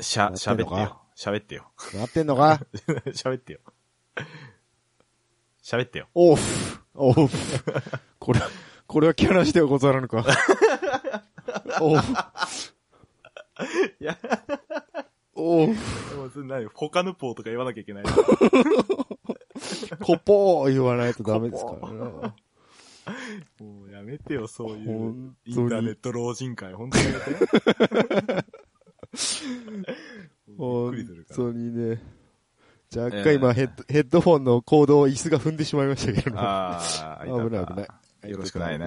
しゃ、喋ってよ。喋ってよ。なってん のか喋ってよ。 喋ってよ。オフ。オフ。これ、これはキャラしてはござ らぬか。オフ。いや、オフ。もうそれ何他のポーとか言わなきゃいけない。コポー言わないとダメですからな。もうやめてよ、そういほ、うんイとにンターネット老人会。本当にやめて。びっ本くりするから。当にね。若干今ヘッド、ヘッドフォンのコードを椅子が踏んでしまいましたけど ねああ、危開いた ない危ない。よろしくないね。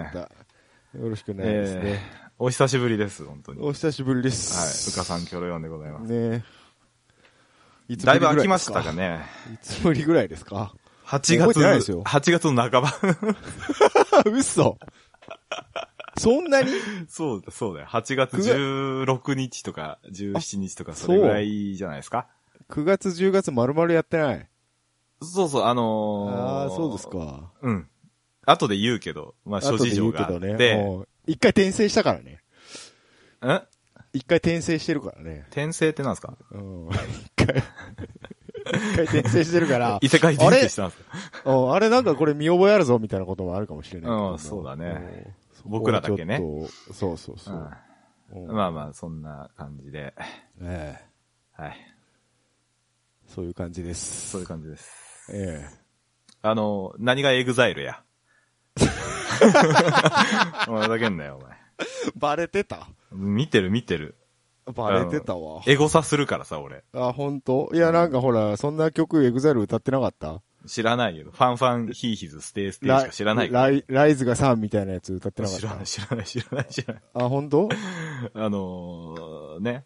よろしくないですええね。お久しぶりです、本当に。はい。お久しぶりでうす。かさん、キョロヨンでございます。ねえ。いつぶだいぶりぐら空できすましたかね。いつぶりぐらいですか 8覚え月てないですの、よ8月の半ば。嘘そんなに そうだ、そうだよ。8月16日とか17日とか、それぐらいじゃないですか。 ?9 月10月丸々やってない。そうそう、あのー、ああ、そうです。か。うん。後で言うけど、まあ、諸事情があ後ってで言う、けどねもう一回転生したからね。ん一回転生してるからね。転生ってなんですかうん。一回、一回転生してる から。異世界転生したんですかうんあれなんかこれ見覚えあるぞみたいなこともあるかもしれないけども。うんそうだねうん。僕らだけねそこはちょっとそうそうそうう。うんんまあまあ、そんな感じで、ええはい。そういう感じです。そういう感じです。ええあの、何がエグザイルや。 お前ふざけんなよ、お前。バレてた見てる見てる。バレてたわ。エゴサするからさ、俺。あ、本当いや、なんかほら、そんな曲エグザイル歌ってなかった知らないけど、ファンファン、ヒーヒズ、ステイステイしか知らないから。ライライズが3みたいなやつ歌ってなかっ知らなたい、。知らない、知らない、知らない。あ、本当あのー、ね。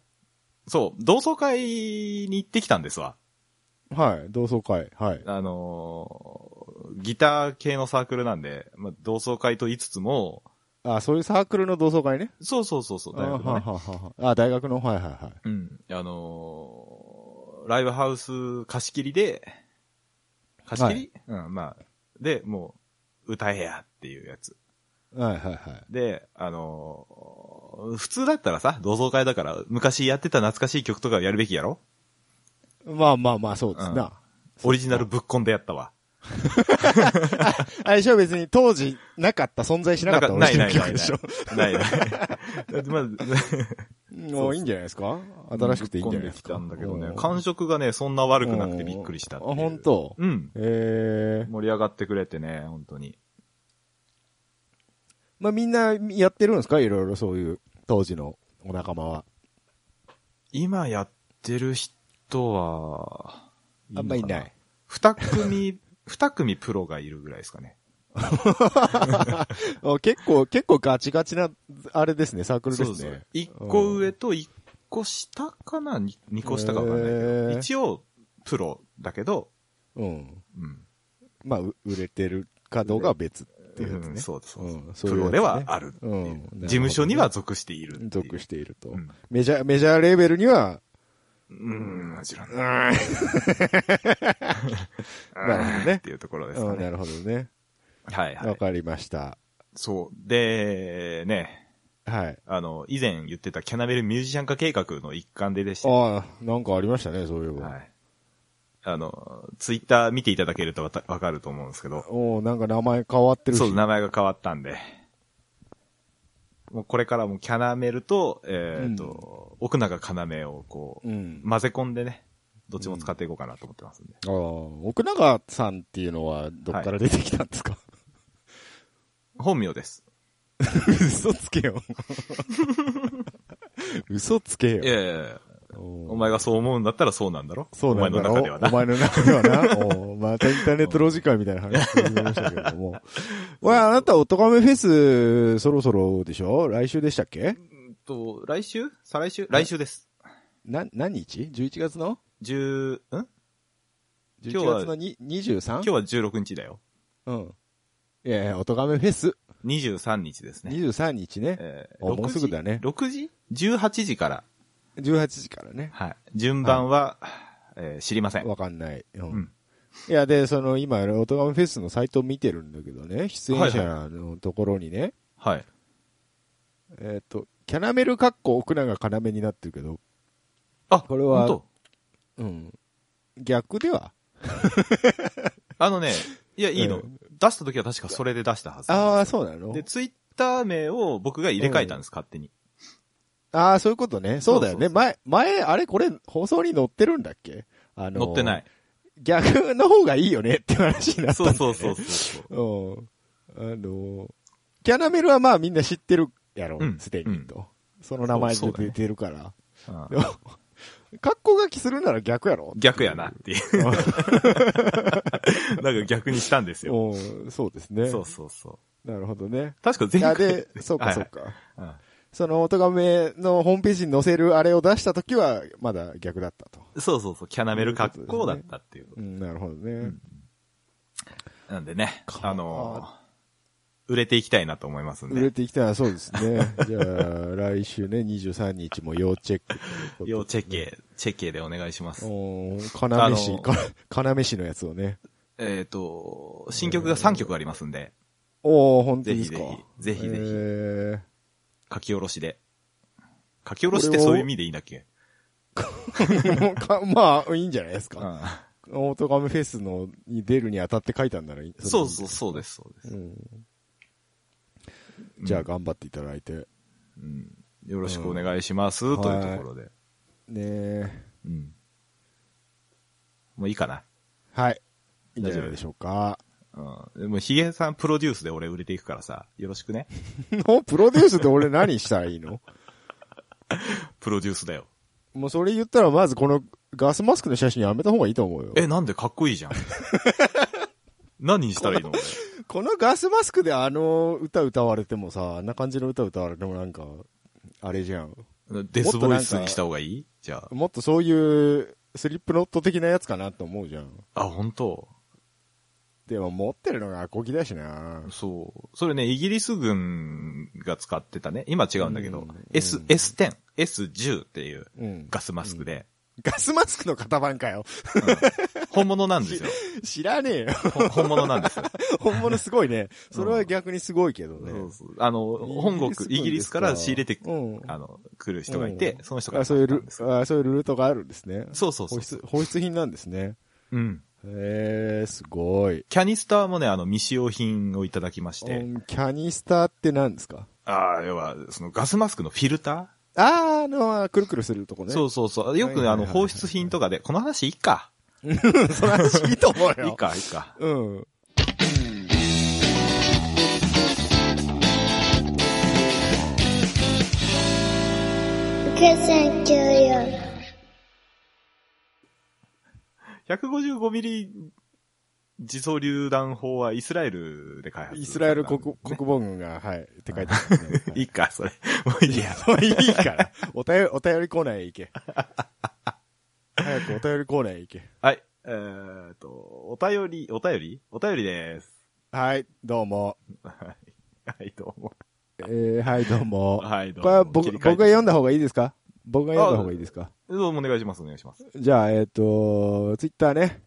そう、同窓会に行ってきたんですわ。はい。同窓会。はい。あのー、ギター系のサークルなんで、まあ、同窓会と言いつつも、あ、そういうサークルの同窓会ね。そうそうそうそう、あ大学のはね。はははあ、大学の、はいはいはい。うん。あのー、ライブハウス貸し切りで、貸し切り、うん、まあ、で、もう、歌えやっていうやつ。はいはいはい。で、あのー、普通だったらさ、同窓会だから、昔やってた懐かしい曲とかをやるべきやろまあまあまあ、そうですうんな。オリジナルぶっこんでやったわ。相性は別に当時なかった、存在しなかったんない俺なのいな曲いでし ょ。ない。ないない。だってまず、もういいんじゃないですか新しくていいんじゃないですか。ぶっこんできたんだけどうね。ん感触がね、そんな悪くなくてびっくりしたっていうあ、本当うん。ええ盛り上がってくれてね、本当に。まあみんなやってるんですかいろいろそういう、当時のお仲間は。今やってる人は、あんまいない。。二組、 二組プロがいるぐらいですかね。あ結構、結構ガチガチな、あれですね、サークルですね。そう一個上と一個下かなに二個下かわかんないけへど。ー一応、プロだけど、うん。うん。まあ、う売れてるかどうかは別っていうやつうねん。そうですそうですうんそういプうロやつねではあるっていううんなるほどね事務所には属しているっていう。属していると、うんメジャー、メジャーレーベル には、うん、もちろん。なるほどっね。ていうところですうかん、なね。るほどね。はいはわい。かりました。そう。で、ね、はい。あの、以前言ってたキャナベルミュージシャン化計画の一環ででして、はああ、なんかありましたね、そういえば。い。あの、ツイッター見ていただけるとわたわかると思うんですけど、おおなんか名前変わってるし。そう、名前が変わったんで、もうこれからもキャナメルと、えっ、と、奥永要をこう、うん。混ぜ込んでね、どっちも使っていこうかなと思ってますんで。ああ、奥永さんっていうのは、どっから出てきたんですか、本名です。嘘つけよ。嘘つけいよ。やいやいやおお前がそう思うんだったらそうなんだろそうなんだお前の中ろではなお。前の中ではな。おーまたインターネットロジカルみたいな話になりましたけれど も。おい、あなた、オトカメフェス、そろそろでしょ来週でしたっけうんと、来週再来週来週です。な、何日 ?11 月の十、ん ?11 今日は月のに 23? 今日は16日だよ。うん。いやいや、おとがめフェス、 23日ですね。 23日ね、えーあもうすぐだね6時 ?18 時から。 18時からね。はい。順番は、えー知りません。わかんない。うん。うんいや、で、その、今、おとがめフェスのサイトを見てるんだけどね、出演はい者のところにね、はい。えっ、と、キャラメルカッコ奥永要になってるけど、あ、これはほんとうん。逆ではあのね、いや、いいの。うん出した時は確かそれで出したはず。ああ、そうなので、ツイッター名を僕が入れ替えたんです、勝手に。ああ、そういうことね。そうだよね。そうそうそう前、前、あれこれ放送に載ってるんだっけあのー載って ない。逆の方がいいよねって話になったんそうだよねそうそうそう。うん。あのーキャナメルはまあみんな知ってるやろう、んすでにと。そのう名前そでうだね出てるから。うんでも、 格好書きするなら逆やろ逆やなっていう。 なんか逆にしたんですよ。うん、そうですね。そうそうそなるほどね。う。確かい前や、回。で、そうかそうか。か。うんその、おとがめのホームページに載せるあれを出した時は、まだ逆だったと。そうそうそう、キャナメル格好だったっていう。うん、なるほどね。んなんでね、かあのー売れていきたいなと思いますん売れで。ていきたい、そうですね。じゃあ、来週ね、23日も要チェックということで。要チェケ、チェケでお願いします。おー。かなめあしの、かかなめしのやつをね。えっ、と、新曲が3曲ありますんで、おー、本当ですか。ぜひぜひぜひぜひえ書き下ろしで。書き下ろしってそういう意味でいいんだっけーもうかまあ、いいんじゃないですうか。んオートガメフェスのに出るにあたって書いたんならいい。そうそう、そうです、そうです。う。ん、じゃあ、頑張っていただいて。うんよろしくお願いします、というところで。ねえ。うん。もういいかな。はい。いいんじゃないでしょうか。うん。でもヒゲさんプロデュースで俺売れていくからさ、よろしくね。の プロデュースって俺何したらいいの プロデュースだよ。もうそれ言ったらまずこのガスマスクの写真やめた方がいいと思うよ。え、なんでかっこいいじゃん。 何にしたらいいの俺このガスマスクであの歌歌われてもさ、あんな感じの歌歌われてもなんか、あれじゃん。デスボイスにした方がいいじゃもっとそういうスリップノット的なやつかなと思うじゃん。あ。あ、本当でも持ってるのがアコギだしな。そう。それね、イギリス軍が使ってたね。今違うんだけど、うん S、S10、S10 っていううん。ガスマスクで、ガスマスクの型番かよ。 本物なんですよ。知らねえよ。 ほ本物なんですよ。本物すごいね。それは逆にすごいけどね。そうそうあの、本国、イギリスから仕入れて、うんあの、来る人がいて、うんその人からあそういう買ったんルですよあそういうルートがあるんですね。そうそうそう保湿、保湿品なんですね。うん。へえ、すごい。キャニスターもね、あの、未使用品をいただきましうて、んキャニスターって何ですかああ、要は、そのガスマスクのフィルターあー、あの、くるくるするとこね。。そううそうそう。よくね、はいはいはあいはいの、放出品とかで、この話いいか。その話いいと思うよ。いい。か、いいか。うん。 Kissing Julia. 155ミリ自走榴弾砲はイスラエルで開発。イスラエル国、国防軍が、はい、って書いてある、ね。いいか、それ。もういいや。もういいから。お便り、お便りコーナーへ行け。早くお便りコーナーへ行け。はい。えーっと、お便り、お便りお便りです。はい、どうも。はい。はい、どうも。えー、はい、どうも。はい、どうこも。れは僕、切り替僕がえて読んだ方がいいですか僕が読んだ方がいいですかどうもお願いします、お願いします。じゃあ、えっ、と、ツイッターね。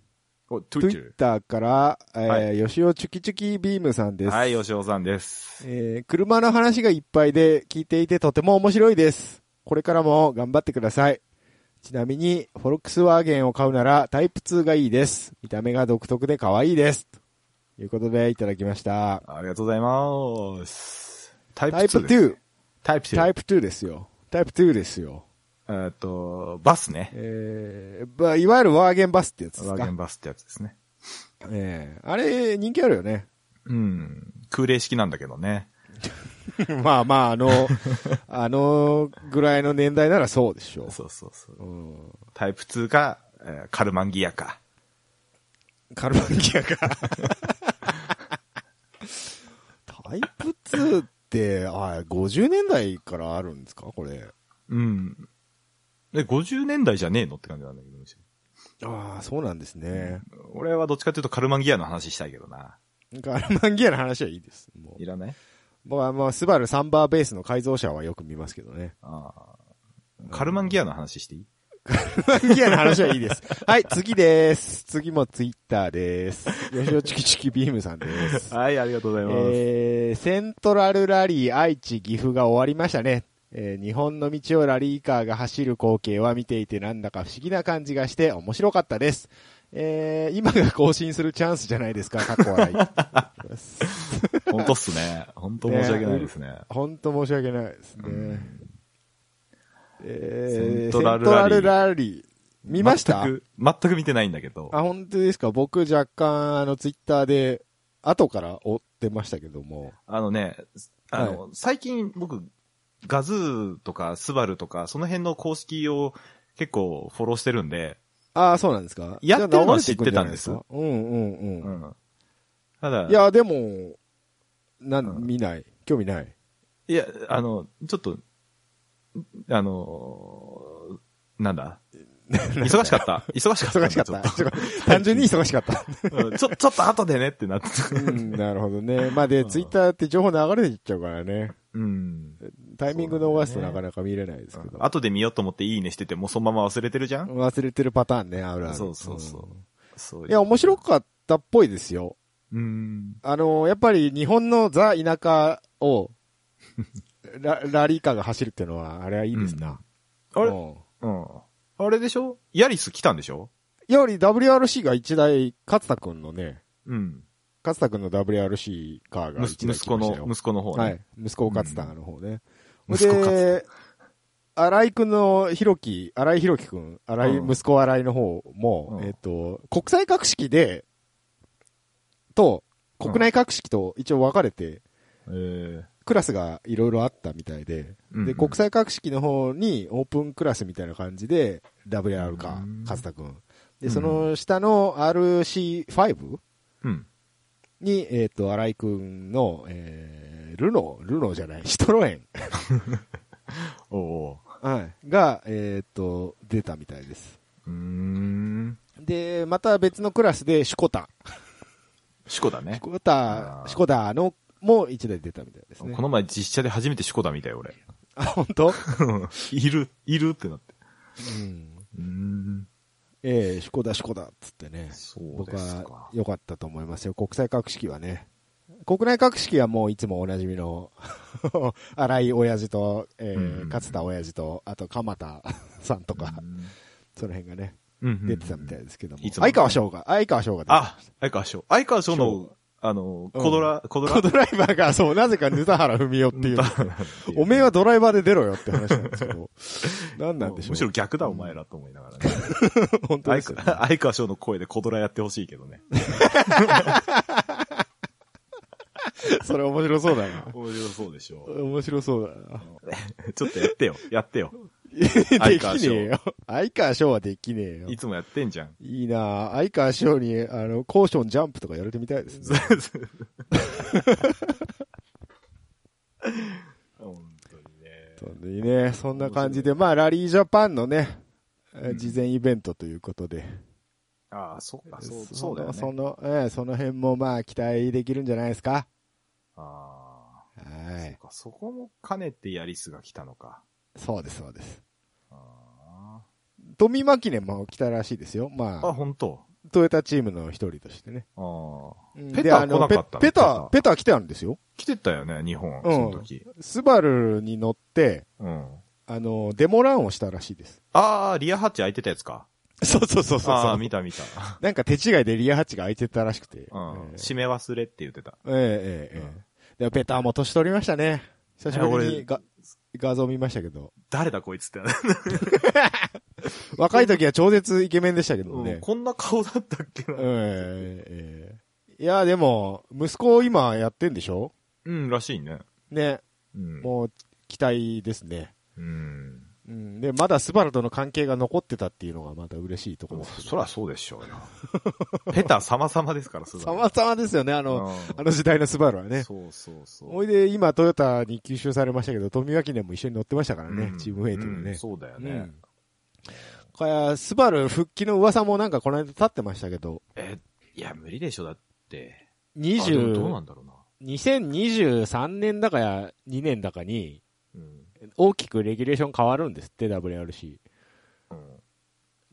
お、ツイッターから、えーは吉尾チュキチュキビームさんです。はい、吉尾さんです。えー車の話がいっぱいで聞いていてとても面白いです。これからも頑張ってください。ちなみに、フォルクスワーゲンを買うならタイプ2がいいです。見た目が独特で可愛いです。ということで、いただきました。ありがとうございます。タイプタイプ2です。 2。タイプ2。タイプ2ですよ。タイプ2ですよ。えーっと、バスね。えーまあ、いわゆるワーゲンバスってやつですワーゲかン。バスってやつですね。えーあれ、人気あるよね。うん。空冷式なんだけどね。 まあまあ、あの、あのぐらいの年代ならそうでしょそうそうそう。う。うん。タイプ2か、えーカルマンギアか。カルバンギアか。 タイプ2って、あ、50年代からあるんですかこれ。うん。え、50年代じゃねえのって感じなんだけど、むしああ、そうなんですね。ろ俺はどっちかっていうとカルマンギアの話したいけどな。カルバンギアの話はいいです。もういらない僕はまあ、スバルサンバーベースの改造車はよく見ますけど ね。ああ。カルマンギアの話していいカルバンギアの話はいい です。はい、次です。次もツイッターです。吉尾チキチキビームさんです。はい、ありがとうございます。えーセントラルラリー愛知岐阜が終わりましたね。えー日本の道をラリーカーが走る光景は見ていてなんだか不思議な感じがして面白かったです。えー今が更新するチャンスじゃない ですか、かっこ笑い。本当っすね。本当申し訳ないですね。本当申し訳ないですね。セえーントラルラリーセントラルラリー。見ました全く、全く見てないんだけど。あ、本当ですか僕若干、あの、ツイッターで、後から追ってましたけども。あのね、あの、最近僕、ガズーとかスバルとか、その辺の公式を結構フォローしてるんで、ああ、そうなんですかやってるのはじゃあ流れいくじゃない知っかうんうんううん。ん。ただ、いや、でも、な、うんん見ない。興味ない。いや、あの、ちょっと、あのーなん だ忙しかった。忙しかったんだ。忙しかった。ちょっ単純に忙しかった。と、うんちょちょっと後でねってなって た。うんなるほどね。まあで、うんツイッターって情報流れていっちゃうからね。うん。タイミング逃すとそうななんかだなか見れないですけど。後で見ようと思っていいねしてて、もうそのまま忘れてるじゃん、忘れてるパターンね、あるある。そうそうそう。そううんいや、面白かったっぽいですよ。うん。あのやっぱり日本のザ田舎 を、ララリーカーが走るっていうのは、あれはいいですな。あれうんうん。あれでしょヤリス来たんでしょやはり WRC が一台、勝田くんのね、うん。勝田くんの WRC カーがむ一台息来子ましたよの、。息子の方ね。はい。息子勝田の方ね。うんで息子勝荒井くんのひろき、荒井ひろきくん、荒井、うん息子荒井の方も、うんえっ、と、国際格式で、と、国内格式と一応分かれて、えークラスがいろいろあったみたいで、うんうで、ん国際格式の方にオープンクラスみたいな感じで、WR かうん、勝田くん。で、その下の RC5 うん。に、えっ、と、荒井くんの、えー、ルノー、ルノーじゃない、シトロエン。おおはい。が、えっ、と、出たみたいです。うーん。で、また別のクラスで、シュコタ。シュコだシね。ュコタあ、ーシュコダの、も一台出たみたいですね。この前実写で初めてシュコだ見た よ、俺。あ、本 当？いる、いるってなって。うん。うーん。ええシュコダ、シュコダ、つってね。そう僕ですはか。良かったと思いますよ。国際格式はね。国内格式はもういつもおなじみの、 荒井親父と、えーうん勝田親父と、あと鎌田 さんとか、その辺がね、うんうん出てたみたいですけども。いつも相川翔が、相川翔が出てたあ、相川翔。相川翔の、あの、うんコドラ、コドラ。コドライバーが、そう、なぜかヌタハラ文雄っ ていう。おめえはドライバーで出ろよって話なんですけど。なんなんでしょう。むしろ逆だ、お前らと思いながらね。本当相ですよね川 相川翔の声でコドラやってほしいけどね。それ面白そうだな。面白そうでしょ面白そうだな。う。 ちょっとやってよ、やってよ。 で相川翔きねえよ。相川翔はできねえよい。つもやってんじゃん。いいなあ相川翔に、あの、コーションジャンプとかやれてみたいですね。本当にね。本当にね、そんな感じで、まあ、ラリージャパンのね、えん事前イベントということで。ああ、そっか、そう、そうだよそね。の、ええその辺もまあ、期待できるんじゃないですか。ああ、はそっい。か、そこも兼ねてヤリスが来たのか。そうです、そうです。あトミー・マキネも来たらしいですよ。まーあ、あ、本当。トヨタチームの一人としてね。ああ。でペタは来なかったあののペペペタ、タペタは来てあるんですよ。来てたよね、日本、うんその時。スバルに乗って、うん。あの、デモランをしたらしいです。ああ、リアハッチ開いてたやつか。そうそうそうああ、見た見た。なんか手違いでリアハッチが開いてたらしくて。えうん。 え締め忘れって言ってた。えええええでもペタも年取りましたね。久しぶりいやにが画像見ましたけど。誰だこいつって。若い時は超絶イケメンでしたけどうんね。こんな顔だったっけええな。ええいや、でも、息子今やってんでしょうん、らしいね。ね。うん。もう、期待ですね。うん。うん。で、まだスバルとの関係が残ってたっていうのがまた嬉しいところですけど。そりゃそうでしょうよ。ペタ様々ですから、す様々ですよね、あの、ああの時代のスバルはね。そうそうそう。おいで、今、トヨタに吸収されましたけど、富脇年も一緒に乗ってましたからね、うんチームメイトでうねん。そうだようねん。これ、スバル復帰の噂もなんかこの間立ってましたけど、え、いや、無理でしょ、だって。あでもどうな20んだろうな。 2023年だか2年だかに、うん。大きくレギュレーション変わるんですって、WRC。うん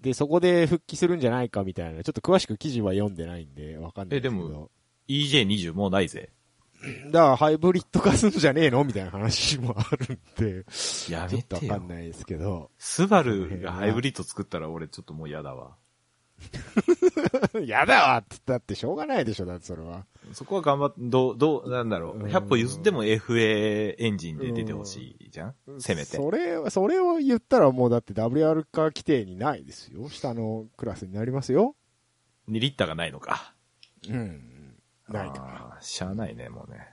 で、そこで復帰するんじゃないかみたいな、ちょっと詳しく記事は読んでないんで、わかんないえでも EJ20 もうないぜ。だからハイブリッド化すんじゃねえのみたいな話もあるんで、ちやょめっとてわかよん。ないですけど。 スバルがハイブリッド作ったら俺ちょっともう嫌だわ。やだわって言ったってしょうがないでしょ、だってそれは。そこは頑張って、どう、どう、なんだろう。うん100歩譲っても FA エンジンで出てほしいじゃんせめて。それは、それを言ったらもうだって WR 化規定にないですよ。下のクラスになりますよ。 2リッターがないのか。うん。ないから。あーしゃあないね、もうね。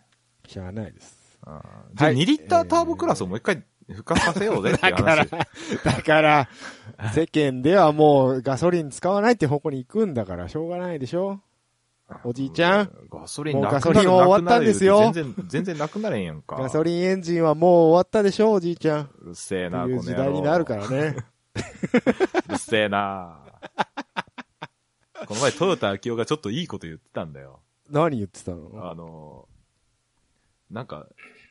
しゃあないです。あーじゃあはい2リッターターボクラスをもう一回復活させようぜっていだうから話。、だから、世間ではもうガソリン使わないって方向に行くんだから、しょうがないでしょおじいちゃんう。ガソリンもうなくなガるソリンは終わったんですよなくなるって全然、全然なくなれへんやんか。ガソリンエンジンはもう終わったでしょ、おじいちゃん。うるせえとな、こいのう時代になるからね。ら。うるせえな。 この前トヨタ秋夫がちょっといいこと言ってたんだよ。何言ってたのあの、なんか、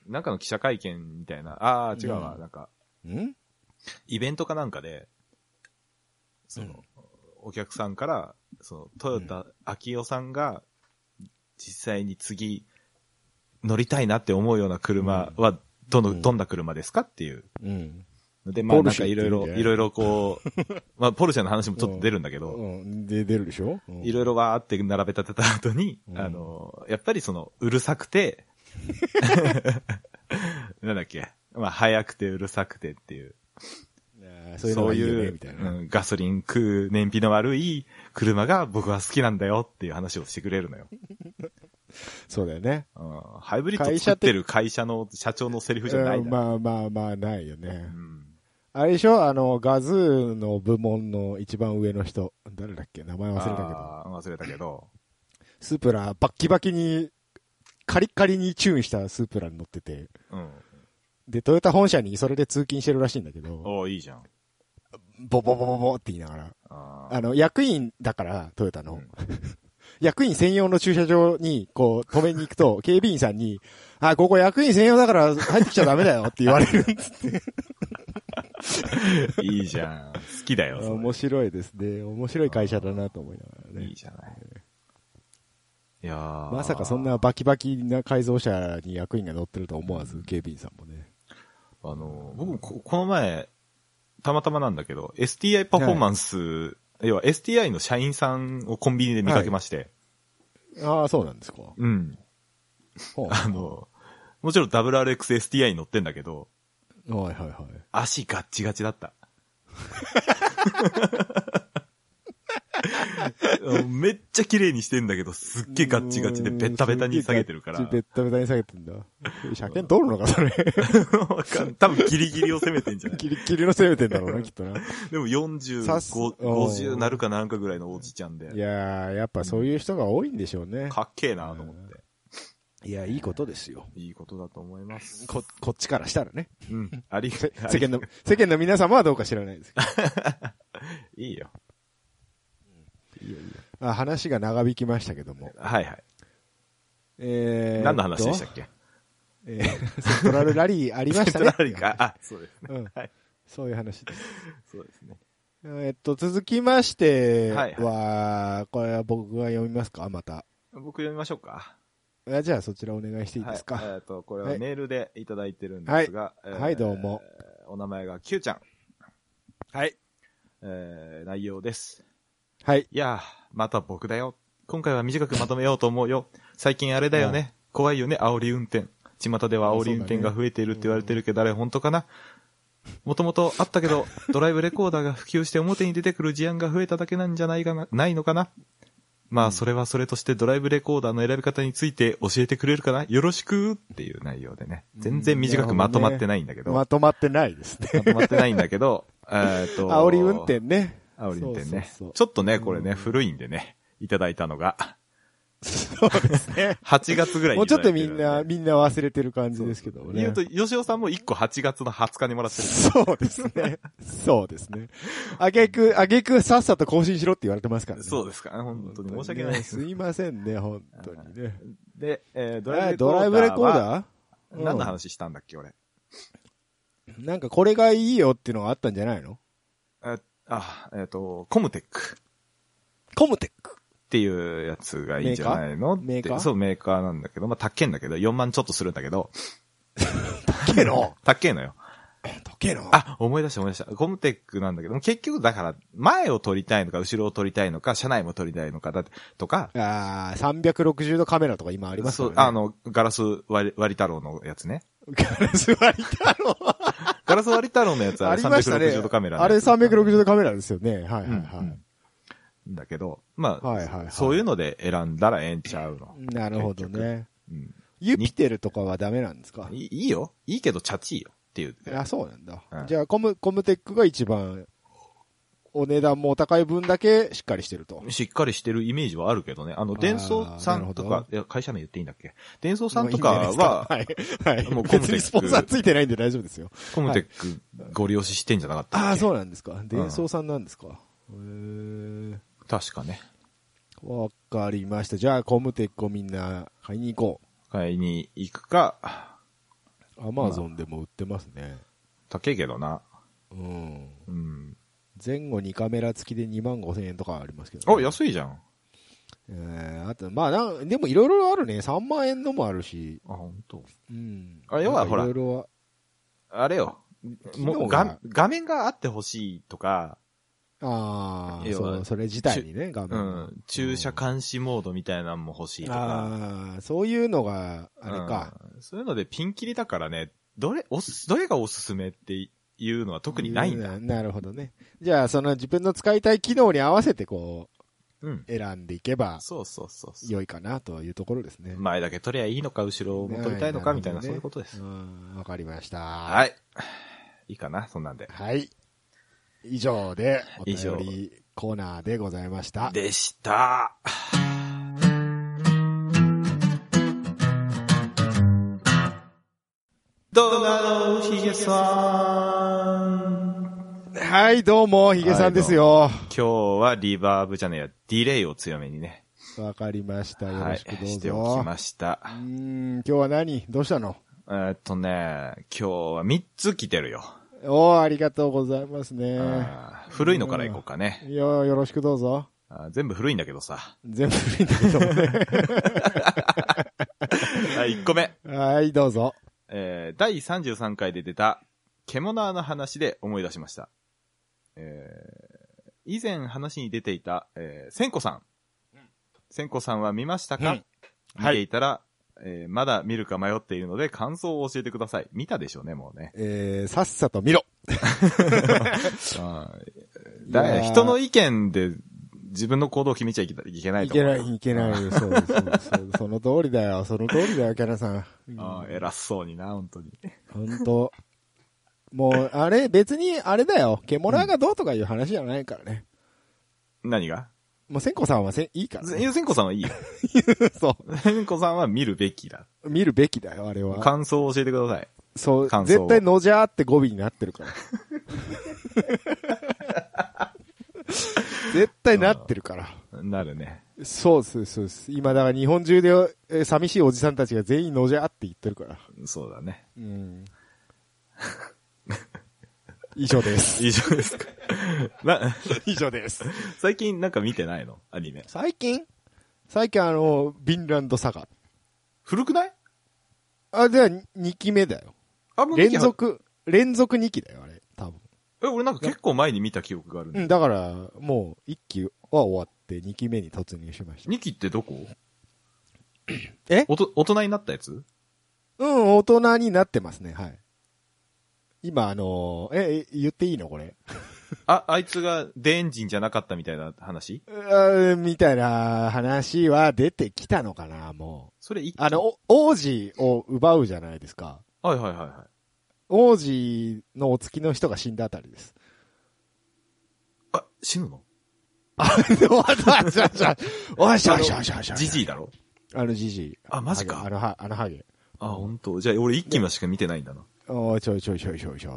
なんかの記者会見みたいな、ああ、違うわ、うんなんか、んイベントかなんかで、その、お客さんから、その、トヨタ、秋代さんが、実際に次、乗りたいなって思うような車は、どの、うんどんな車ですかっていう。うん。で、まあポなルんシかェいろいっろ、て言うんだよねいろいろこう、 まあポルシェの話もちょっと出るんだけど、うん。で、出るでしょうんいろいろわーって並べ立てた後に、うんあの、やっぱりその、うるさくて、 なんだっけ、まあ、早くてうるさくてっていう、あーそういうのがいいよね、みたいな。うんガソリン食う燃費の悪い車が僕は好きなんだよっていう話をしてくれるのよ。そうだよね。うんハイブリッド作ってる会社の社長のセリフじゃなういんな。まあまあまあ、ないようね。んあれでしょあの、ガズーの部門の一番上の人。誰だっけ名前忘れたけど。あー忘れたけど。スープラ、バッキバキに、カリッカリにチューンしたスープラに乗ってて。うん。で、トヨタ本社にそれで通勤してるらしいんだけど、おーいいじゃん。ボボボボボって言いながら。あーあの、役員だから、トヨタの。うん役員専用の駐車場に、こう、止めに行く と、警備員さんに、あ、ここ役員専用だから入ってきちゃダメだよって言われる。 いいじゃん。好きだよ。それ面白いですね。面白い会社だなと思いながらいいね。じゃない。いやーまさかそんなバキバキな改造車に役員が乗ってると思わず、警備員さんもね。あの、僕こ、この前、たまたまなんだけど、STI パフォーマンス、要は STI の社員さんをコンビニで見かけまして、ああ、そうなんですか。うん。ほう あの、もちろん WRXSTI に乗ってんだけど、はいはいは 足ガッチガチだ った。めっちゃ綺麗にしてんだけど、すっい。げえガッチガチでベッタベタに下げてるから。すっげえガッチベッタベタに下げてんだ。車検通るのか、それ。わかん ない多分ギリギリを攻めてんじゃないギリギリの攻めてんだろうな、きっとな。でも40、さす5おう50なるかなるかぐらいのおじちゃんいで、やー、やっぱそういう人が多いんでしょうね。かっけえなと思って。いや、いいことですよ。いいことだと思います。こ、こっちからしたらね。うん。ありがせ た世間い。の、世間の皆様はどうか知らないですけいいよ。ど。あ話が長引きましたけども。はいはい。えー、何の話でしたっけけえー、セントラルラリーありました ね。セントラリーか。あ、そうですね。うん はい。そういう話です。 そうですね。えっと、続きましてはいは、これは僕が読みますかまた。僕読みましょうか。あじゃあそちらお願いしていいですはい、えか。っ、と、これははいメールでいただいてるんですが、えーはいどうも。お名前が Q ちゃん。はい。えー、内容です。はい。いやー、また僕だよ。今回は短くまとめようと思うよ。最近あれだよね。怖いよね、煽り運転。巷では煽り運転が増えているって言われてるけど、あれ本当かなもともとあったけ ど、ドライブレコーダーが普及して表に出てくる事案が増えただけなんじゃないかな、ないのかなまあ、それはそれとしてドライブレコーダーの選び方について教えてくれるかなよろしくっていう内容でね。全然短くまとまってないんだけど。まとまってないですね。まとまってないんだけど、えーっと。煽り運転ね。煽り運転ね。そうそうちょっとね、これね、古いんでね、いただいたのが、そうそうですね。 8月ぐらい にもういちたょっだいてとみるんんでな、みんな忘れてる感じですけどね。言うと、吉尾さんも1個8月の20日にもらってる。そうですね。 そうですね。あげく、あげくさっさと更新しろって言われてますからね。そうですかね、本当に申し訳ないねですす。いませんね、本当にね。で、えードあライドライブブレレココーーダーはダー何の話したんだっけ、俺。うんなんかこれがいいよっていうのがあったんじゃないのえあ、えっと、コムテック。コムテック。っていうやつがいいんじゃないのメってーカーメーカーそう、メーカーなんだけど、まあ、高っけんだけど、4万ちょっとするんだけど、時計の高っけんのよ。時計のあ、思い出した思い出した。コムテックなんだけども、結局だから、前を取りたいのか、後ろを取りたいのか、車内も取りたいのか、だって、とか、あー、360度カメラとか今ありますかそらうね、あ、の、ガラス割り割り太郎のやつね。ガラス割り太 郎。ガラス割り太郎のやつは ありましたね。 360度カメラのあれやつ360度カメラですよね。はいはいうんはだけど、まあ、はいはいはいそういうので選んだらええんちゃうの。い。なるほどね。うん、ユピテルとかはダメなんですかいいいよ。いいけど、チャチいよ。っていう。あ、そうなんだう。んじゃあ、コム、コムテックが一番、お値段もお高い分だけしっかりしてると。しっかりしてるイメージはあるけどね。あの、あー伝送さんとなるかほ、いや、会社名言っていいんだっけ伝送さんもういといじかゃないですは、はい。はい。もうコムテック別にスポンサーついてないんで大丈夫ですよ。コムテックご利用ししてんじゃなかったっけああ、そうなんですか。伝送さんなんですか。へえ。確かね。わかりました。じゃあ、コムテックをみんな買いに行こ買いに行くか、う。アマゾンでも売ってますね。高いけどな。うん。うん。前後2カメラ付きで2万5千円とかありますけど、お、安いじゃん。えーあと、まあなん、でもいろいろあるね。3万円のもあるし。あ、本当。うん。あ要はほらなんかいろいろはあれよ。も機能うがが画面があってほしいとか、ああ、要はそう、それ自体にね、画う面が。ん、駐車監視モードみたいなのも欲しいとか。ああ、そういうのが、あれか。うん。そういうのでピンキリだからね、どれ、おす、どれがおすすめっていうのは特にないんだ。な。なるほどね。じゃあ、その自分の使いたい機能に合わせて、こうん。う、選んでいけば、そうそうそうそう。良いかなというところですね。前だけ取りゃいいのか、後ろも取りたいのか、みたいな、そういうことです。うん、わかりました。。はいい。いいかな、そんなんで。はい。以上で、お以上便りコーナーでございました。でした。どうなのヒゲさん。はい、どうも、ヒゲさんですよ。今日はリバーブじゃねえや、ディレイを強めにね。わかりました。よはろい、しくどうぞ。しておきました。うーん、今日は何どうしたのえーっとね、今日は3つ来てるよ。おー、ありがとうございますね。あー古いのからいこうかね。いやーよろしくどうぞ。あー全部古いんだけどさ。全部見たけどね。はい、1個目。 はい、どうぞ。えー第33回で出た、ケモナーの話で思い出しました。えー以前話に出ていた、えー、センコさん。センコさんは見ましたか、うん見ていたら、えーまだ見るか迷っているので感想を教えてください。見たでしょうね、もうね。えー、さっさと見ろ。だいやー人の意見で自分の行動を決めちゃいけないいけないいと思けうよ。ない、いけない。そうです、そうです。そうですその通りだよ、その通りだよ、キャラさん。あー偉そうにな、本当に。本当もう、あれ、別に、あれだよ。ケモナーがどうとかいう話じゃないからね。何がもう、センコさんはせん、いいから、ね。センコさんはい いよ。そセンコさんは見るべきだ。う。見るべきだよ、あれは。感想を教えてください。そう、感想を絶対、のじゃーって語尾になってるから。 絶対なってるから。なるね。そうです、そうです。今、だから日本中で、えー寂しいおじさんたちが全員のじゃーって言ってるから。そうだね。 うん。以上です。 以上ですか。 な、以上です。最近なんか見てないのアニメ。最近最近あの、ビンランドサガ。古くないあ、では2期目だよ。あ、もう連。続、連続2期だよ、あれ。多分。え、俺なんか結構前に見た記憶があるうん、ね。だから、もう1期は終わって2期目に突入しました。 2期ってどこえおと、大人になったやつうん、大人になってますね、はい。今、あのーえ、え言っていいのこれ。あ、あいつがデエンジンじゃなかったみたいな話うーみたいな話は出てきたのかな、もそれ一う。あの、お王子を奪うじゃないですか。はいはいはいはい。王子のお付きの人が死んだあたりです。あ、死ぬのあ の、わざわざわざ、おいしあょおいのしょおいしょおいしょ。ジジイだろあのじじい。あマジかハゲあのは、あのハゲ。あ、本当。じゃあ俺1期までしか見てないんだな。おーちょいちょいちょいちょいちょい。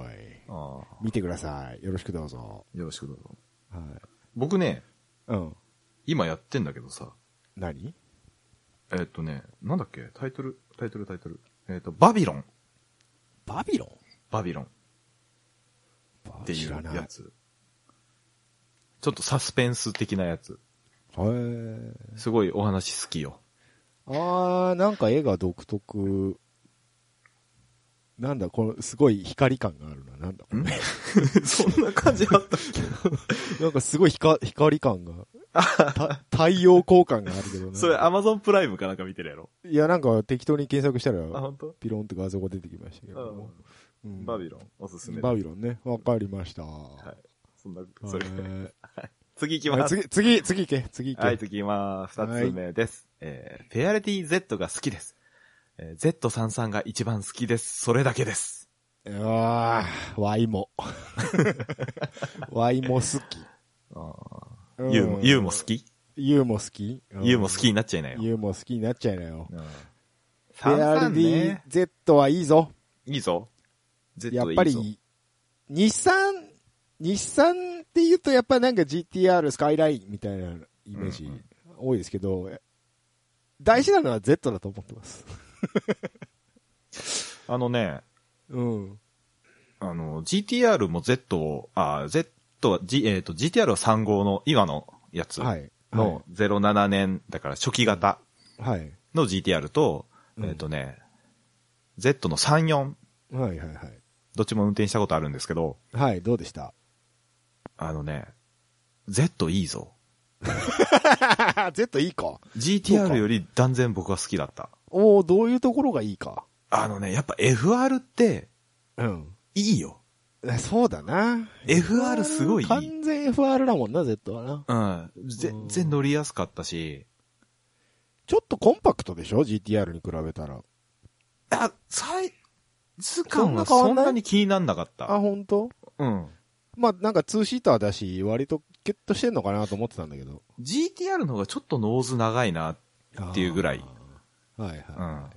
ああ、見てください。よろしくどうぞ。よろしくどうぞ。はい。僕ね、うん。今やってんだけどさ。何えーっとね、なんだっけタイトル、タイトルタイトル。えーっと、バビロン。バビロバビロン。ンってい知らうないやつ。ちょっとサスペンス的なやつ。へすごいお話好きよ。え。あー、なんか絵が独特。なんだ、この、すごい光感があるな。なんだ、これ。ん そんな感じあったっけなんかすごい光、光感が。た太陽光感があるけど ね。それ Amazon プライムかなんか見てるやろいや、なんか適当に検索したあ、ら、本当？ピロンって画像が出てきましたけども。ううんん。バビロン、おすすめ。バビロンね。わかりました。はいそんな、それえ。ー次行きます。次、次、次行け、次行け。はい、次行きます。二つ目です。えー、フェアリティ Z が好きです。えー、Z33 が一番好きです。それだけです。うわー、ワ イも。ワイも好き。あうーんユウも、ユウも好きユーも好きユウも好きにななっっちゃいなちゃよ。ユーも好きになっちゃいなよ。フェアリティ PRDZ はいいぞ。いいぞ。Z でいいやぞっぱ。り、日産、日産って言うとやっぱなんか GTR スカイラインみたいなイメージうんうん多いですけど、大事なのは Z だと思ってます。あのね、うん。あの、GTR も Z を、あ、Z は、G、えっ、と、GTR は3号の今のやつはい。の07年、だから初期型はい。はい。の GTR と、うんえっ、とね、Z の34、はいはいはい。どっちも運転したことあるんですけど、はい、どう でしたあのね、Z いいぞ。 ?Z いいか。 GTR より断然僕は好きだった。おおどういうところがいいか。あのね、やっぱ FR ってうん。いいよ。そうだな。 FR すごいいい。完全 FR だもんな、Z はな。うん。全然乗りやすかったし、ちょっとコンパクトでしょ ?GTR に比べたら。あ、サイズ感はそんなに気になんなかっあ、た。本当？うん。まあ、なんか2シーターだし、割とキュッとしてんのかなと思ってたんだけど。 GTR の方がちょっとノーズ長いな。っていうぐらいあー。はいはい。うん。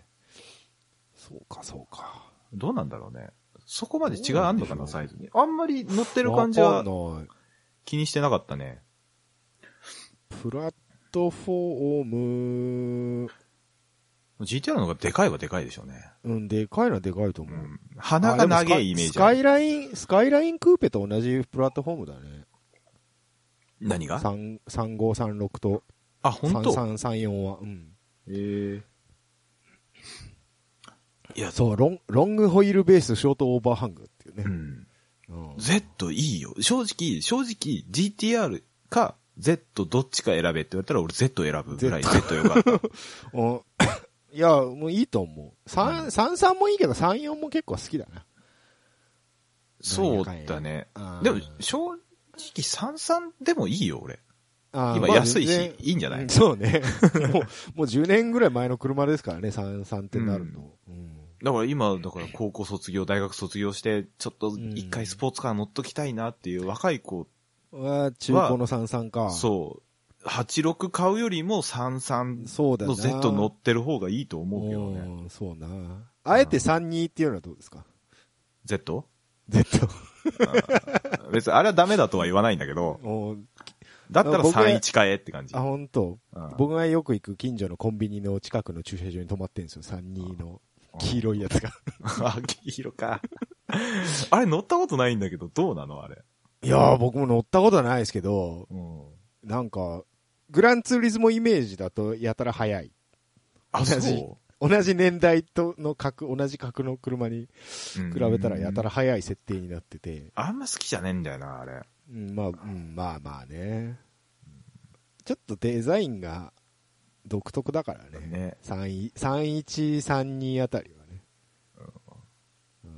そうか、そうか。どうなんだろうね。そこまで違いあんのかどうなんでしょな、サうイズに。あんまり乗ってる感じわはかんない気にしてなかったね。プラットフォーム、 GTR の方がでかいはでかいでしょうね。うん、でかいのはでかいと思うう。ん。鼻があでもスカ長いイメースジあカる。イライン、スカイラインクーペと同じプラットフォームだね。何が三三五三六とあ、本三当三三四は、うん。ええ。いや、そう、ロン、ロングホイールベース、ショートオーバーハングっていううね。ん。うん。 Z いいよ。正直、正直 GTR か Z どっちか選べって言われたら俺 Z 選ぶぐらい Z よかった。うん いや、もういいと思う。う三ん三三もいいけど、三四も結構好きだな。そうだねあー。でも、正直33でもいいよ、俺。あー今まあ安い全し然、いいんじゃなういんそうね。 もう、もう10年ぐらい前の車ですからね、三三ってなると。うんだから今、だから高校卒業、大学卒業して、ちょっと一回スポーツカー乗っときたいなっていう若い子、は、中古の三三か。そう、86買うよりも33そうだな。の Z 乗ってる方がいいと思うけどね。うんそうな。あえて三二っていうのはどうですか Z? ?Z。別にあれはダメだとは言わないんだけど、 おだったら僕は31買えって感じ。あ、本当。うん僕がよく行く近所のコンビニの近くの駐車場に止まってんですよ、32の黄色いやつが。 あ、黄色か。 あれ乗ったことないんだけど、どうなのあれ。 いやー、僕も乗ったことはないですけど、うん。なんか、グランツーリズムイメージだとやたら速い。あ、同じそ同じ年代との格、同じ格の車にう比べたらやたら。ら速い設定になってて、あんま好きじゃねえんだよな、あれ。うん、まあ、うん、まあまあね。ちょっとデザインが独特だからね。ね。 31、3132あたりはね。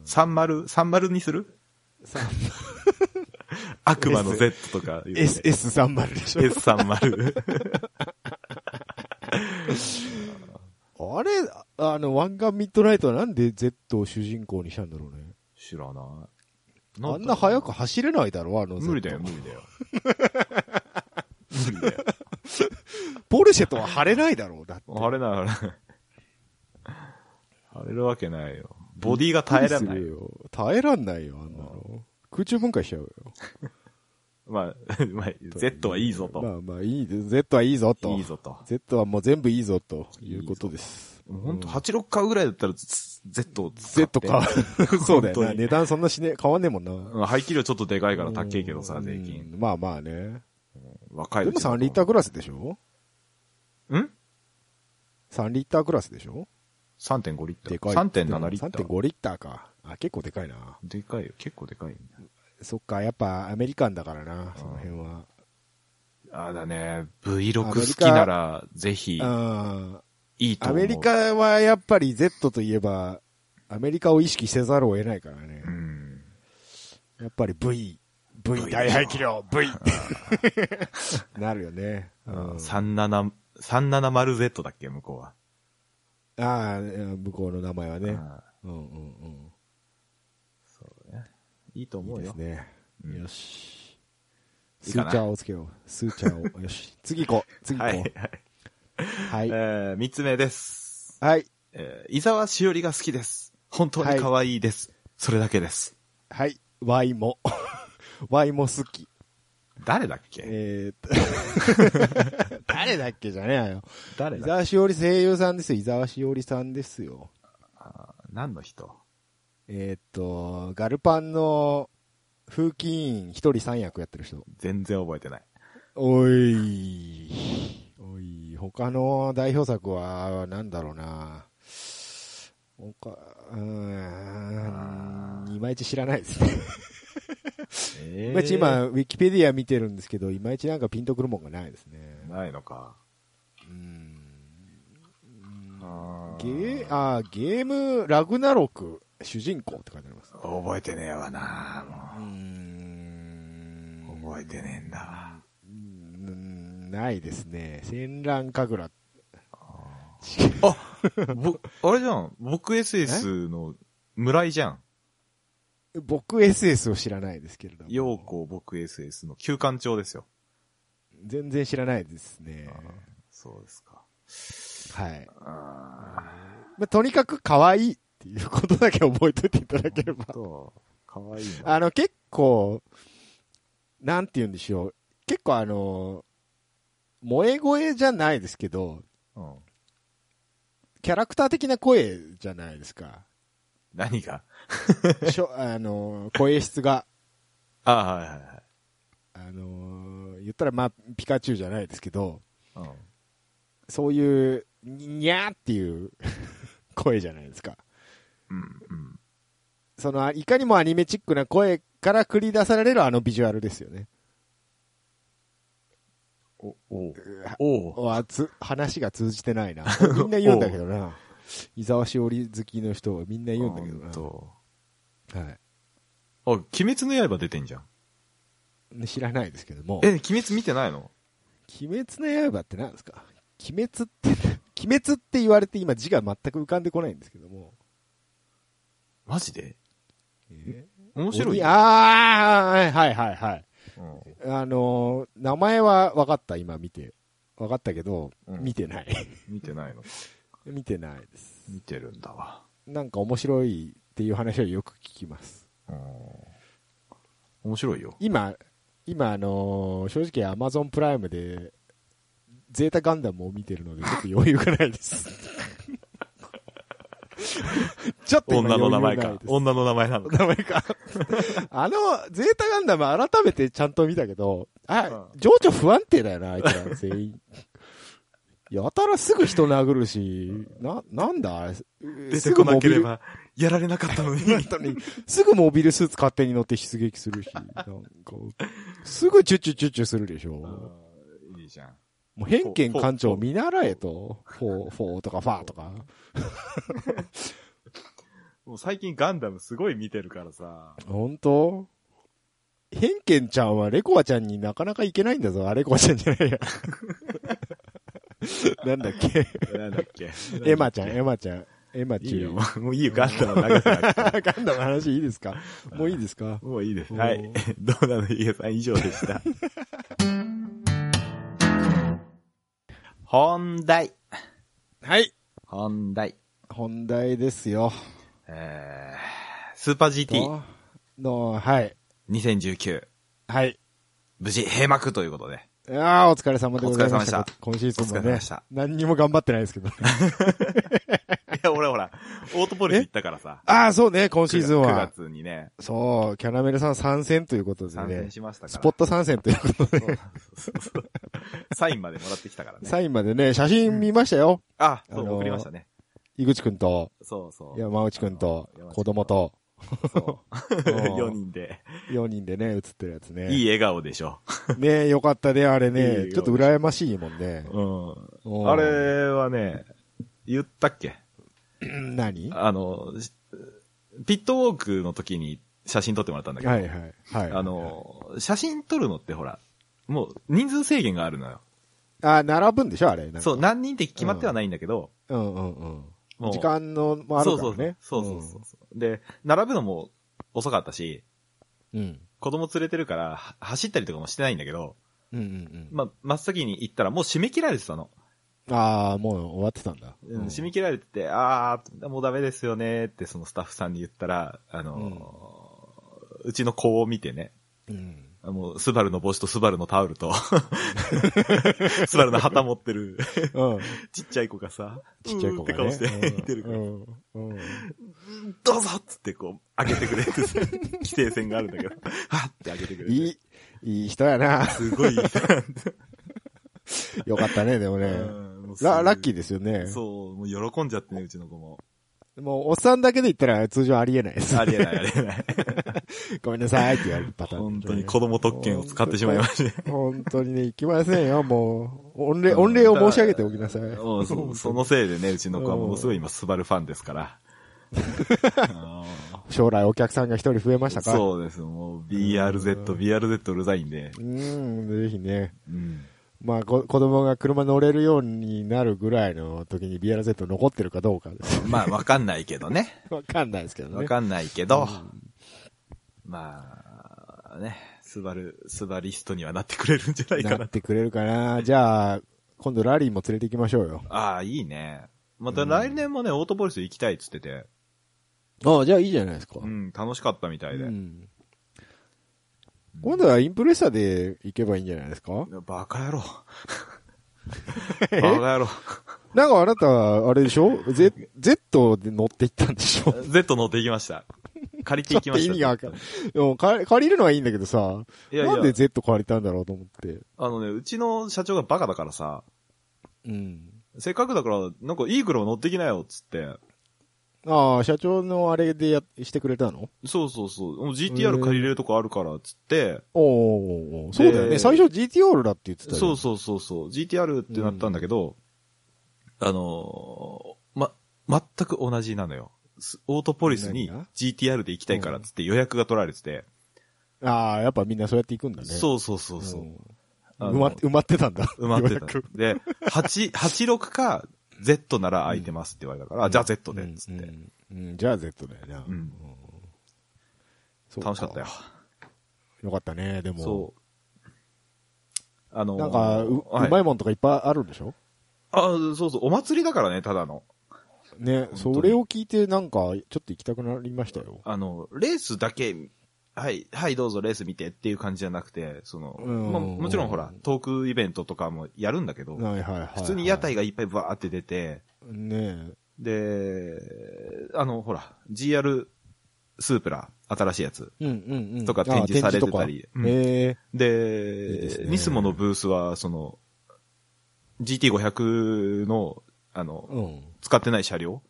30、30にするさ悪魔の Z とか言うね S、S30 でしょ。 S30。あれ、あの、湾岸ミッドナイトはなんで Z を主人公にしたんだろうね。 知らない。あんな速く走れないだろう、あの Z。無理だよ、無理だよ。無理だよ。 ポルシェとは晴れないだろう、だって。晴れない、晴れない。晴れるわけないよ。ボディが耐えられびっなくいりする。よ。耐えらんないよ、あんなの。空中分解しちゃうよ。まあ、 まあ、Z はいいぞと。まあまあ、いいです。Z はいいぞと。いいぞと。 Z はもう全部いいぞということです。本当86買うぐらいだったら、Z Z を使って Z か。そうだよ 本な。当に値段そんなしね、変わんねえもんな。うん排気量ちょっとでかいから高いけどうさ、ん税金。。まあまあね。若い。でも3リッタークラスでしょー。ん ?3 リッタークラスでしょ ?3.5 リッター。でかい。 3.7リッター。 3.5リッターか。あ、結構でかいな。でかいよ。結構でかいんだ。そっか、やっぱアメリカンだからな、その辺は。あだね。V6 好きなら、ぜひ、うん。いいとア思う。メリカはやっぱり Z といえば、アメリカを意識せざるを得ないからねう。ん。やっぱり V、V V 大排気量、V! なるよね。うん、 37、370Z だっけ、向こうは。ああ、向こうの名前はね。あうんうんうん。ーいいとい思いうですよ。ね。うんよし。いいスかーなチャーをつけよう。スーチャーを。よし。次行こう。次はい。は行こい。う。はえい。ー三つ目です。はい。えー伊沢しおりが好きです。本当に可愛いです。それだけです。はい。Y も。Y も好き。誰だっけえーっ と。誰だっけじゃねえよ。誰伊だっ沢しおり声優さんですよ。伊沢しおりさんですよ。けあー何の人えーっと、ガルパンの風紀委員一人三役やってる人。全然覚えてない。おい。おい。他の代表作は、なんだろうな。他、うあーん、いまいち知らないですね。いえまいち今、ウィキペディア見てるんですけど、いまいちなんかピンとくるもんがないですね。ないのか。うん。あゲー、あーゲーム、ラグナロク、主人公って書いてあります。覚えてねえわなうーんもう覚えてねえんだわ。うーんないですね。戦乱神楽。 ぼ、あれじゃん。僕 SS の村井じゃん。僕 SS を知らないですけれども。陽子僕 SS の旧館長ですよ。全然知らないですね。そうですか。はい。あまあ、とにかく可愛いっていうことだけ覚えておいていただければあ。。と、かわいいな。あの、結構、なんて言うんでしょう。結構あの、萌え声じゃないですけど、うん。キャラクター的な声じゃないですか。何がしょ、あの、声質が。ああ、はいはいはい。あのー言ったらまあ、ピカチュウじゃないですけど、うん。そういう、ににゃーっていう 声じゃないですか。うん、うん。その、あいかにもアニメチックな声から繰り出されるあのビジュアルですよね。お、おうはおうわつ、話が通じて ないな。みんな言うんだけどな。伊沢しおり好きの人はみんな言うんだけほんどとな。はいあ、鬼滅の刃出てんじゃん。ね。知らないですけども。え、鬼滅見てないの鬼滅の刃って何ですか鬼滅って、 鬼滅って言われて今字が全く浮かんでこないんですけども。マジでえ面ー白い鬼よ。あーはいはいはい。うんあのー名前は分かった、今見て。分かったけど、うん見てない。 見てないのか見てないです。見てるんだわ。なんか面白いっていう話をよく聞きます。うん面白いよ。今、今、あのー正直 Amazon プライムで、ゼータガンダムを見てる ので、ちょっと余裕がないです。ちょっと今女の名前余裕かない。です女の名前なのか。名前か。 あの、ゼータガンダム改めてちゃんと見たけど、あう、情緒不安定だよな、あいつら全員。やたらすぐ人殴るし、な、なんだあれ出出てこなけれ。ば、やられなかったのに。すぐモビル本当に、すぐモビルスーツ勝手に乗って出撃するし、なんか、すぐチュッチュチュッチュするでしょ。いいじゃん。もう偏見フォー館フ長ォー見習えと、フォー、フォーとかファーとか。もう最近ガンダムすごい見てるからさ。本当偏見ちゃんはレコアちゃんになかなかいけないんだぞ。あ、レコアちゃんじゃないや。 なんだっけなんだっ け。エマちゃん、エマちゃん、エマいちいよゅ。もういいよ、ガンダム長くなって。 ガンダムの話いいですかもういいですかもういいです。おーはい。どうなのイエさん以上でした。本題。はい。本題。本題ですよ。えー、スーパーとの、はい。 GT2019、はい。無事閉幕ということで。ああ、お疲れ様でございました。お疲れ様でした今シーズンお疲れ様もね でした、何にも頑張ってないですけどね。 いや、俺ほら、オートポリス行ったからさ。ああ、そうね、今シーズン9は。月にね、そう、キャナメルさん参戦ということで参ね戦。しましたから。スポット参戦ということで、そうそうそうサインまでもらってきたからね。サインまでね、写真見ましたよ。あ、あそのーう、送りましたね。井口くんと、そうそう。山内くんとあの、子供。と、 4人で。 4人でね、写ってるやつね。いい笑顔でしょ。ねよかったね、あれいいね。よちょっと羨ましいもんね。ううんん。あれはね、言ったっけうん何はあの、しピットウォークの時に写真撮ってもらったんだいけど、はい。はい。あ、の、写真撮るのってほら、もう人数制限があるのよ。あ、並ぶんでしょあれ。なんかそう、。何人って決まってはないんだけど、うんうんうん。もう。時間のもあるからね。そうそうそうそうそう、で、並ぶのも遅かったし、うん。うん。子供連れてるから、は走ったりとかもしてないんだけど、うんうんうん。まあ、真っ先に行ったらもう締め切られてたの。ああ、もう終わってたんだ。うん締め切られてて、あー、もうダメですよねってそのスタッフさんに言ったら、あのーうちの子を見てね、うん。あもう、スバルの帽子とスバルのタオルと、 スバルの旗持ってる、うん。ちっちゃい子がさ、ちっちゃい子がうね。ーんって顔して、見てるから、うんうんうんどうぞっつってこう、上げてくれってさ、 規制線があるんだけど、はっって上げてくれて。いい、いい人やな。 すごい。よかったね、でもね。ララッキーですよねね。。そう、もう喜んじゃってね、うちの子も。もう、おっさんだけで言ったら通常ありえないです。ありえない、ありえない。ごめんなさいって言われるパターン。 本当に子供特権を使ってしまいまして。本当にね、いきませんよ、もう。御礼、御礼を申し上げておきなさい。うんそう そのせいでね、うちの子はものすごい今、スバルファンです から。あー将来お客さんが一人増えましたかう。そうです。もう BRZ、BRZ うるざいんで。うん、ぜひね。うん。まあ、こ子供が車乗れるようになるぐらいの時に BRZ 残ってるかどうかです。まあ、わかんないけど ね。わかんないですけどわね。かんないけど。まあ、ね、スバル、スバリストにはなってくれるんじゃないかなっな。てくれるかな。じゃあ、今度ラリーも連れて行きましょうよ。ああ、いいね。また来年もね、オートポリス行きたいっつってて。ああ、じゃあいいじゃないですか。うん、楽しかったみたいでう。ん今度はインプレッサーで行けばいいんじゃないですかバカ 野郎。バカ野郎。なんかあなた、あれでしょ ?Z、Z で乗って行ったんでしょ Z 乗って行きました。借りてちょ行きまっとし意た。味がわかんない。でも借り借りるのはいいんだけどさ、いやいやなんで Z 借りたんだろうと思って。あのね、うちの社長がバカだからさ、うん。せっかくだから、なんかいい車乗ってきなよ、っつって。ああ、社長のあれでや、してくれたのそうそうそう。もう GTR 借りれるとこあるから、っつって。おーおーおーそうだよね。で最初 GTR だって言ってたよ。そうそうそうそう。GTR ってなったんだけど、あのー、ま、全く同じなのよ。すオートポリスに何が GTR で行きたいからっつって予約が取られてて。ああ、やっぱみんなそうやって行くんだね。うそうそうそうそう。んあの埋まって、埋まってたんだ。埋まってたようやく。の。で、8、86か Z なら空いてますって言われたから、あじゃあ Z で、つっうて。んうんうんじゃあ Z だよな。うんそう楽しかったよ。。よかったね、でも。そう。あのーなんか、う、はうまいもんとかいっぱいあるんでしょあ、そうそう、お祭りだからね、ただの。ね、にそれを聞いてなんか、ちょっと行きたくなりましたよ。あの、レースだけ、はい、はい、どうぞレース見てっていう感じじゃなくて、その、うんまあ、もちろんほら、トークイベントとかもやるんだけど、はいはいはい、はい。普通に屋台がいっぱいバーって出て、ねで、あの、ほら、GR スープラ、新しいやつ。え。うんうんうん。とかあ展示されてたり展示とかうんえで、いいですねニスモのブースは、その、GT500 の、あのえ、うん。使ってない車両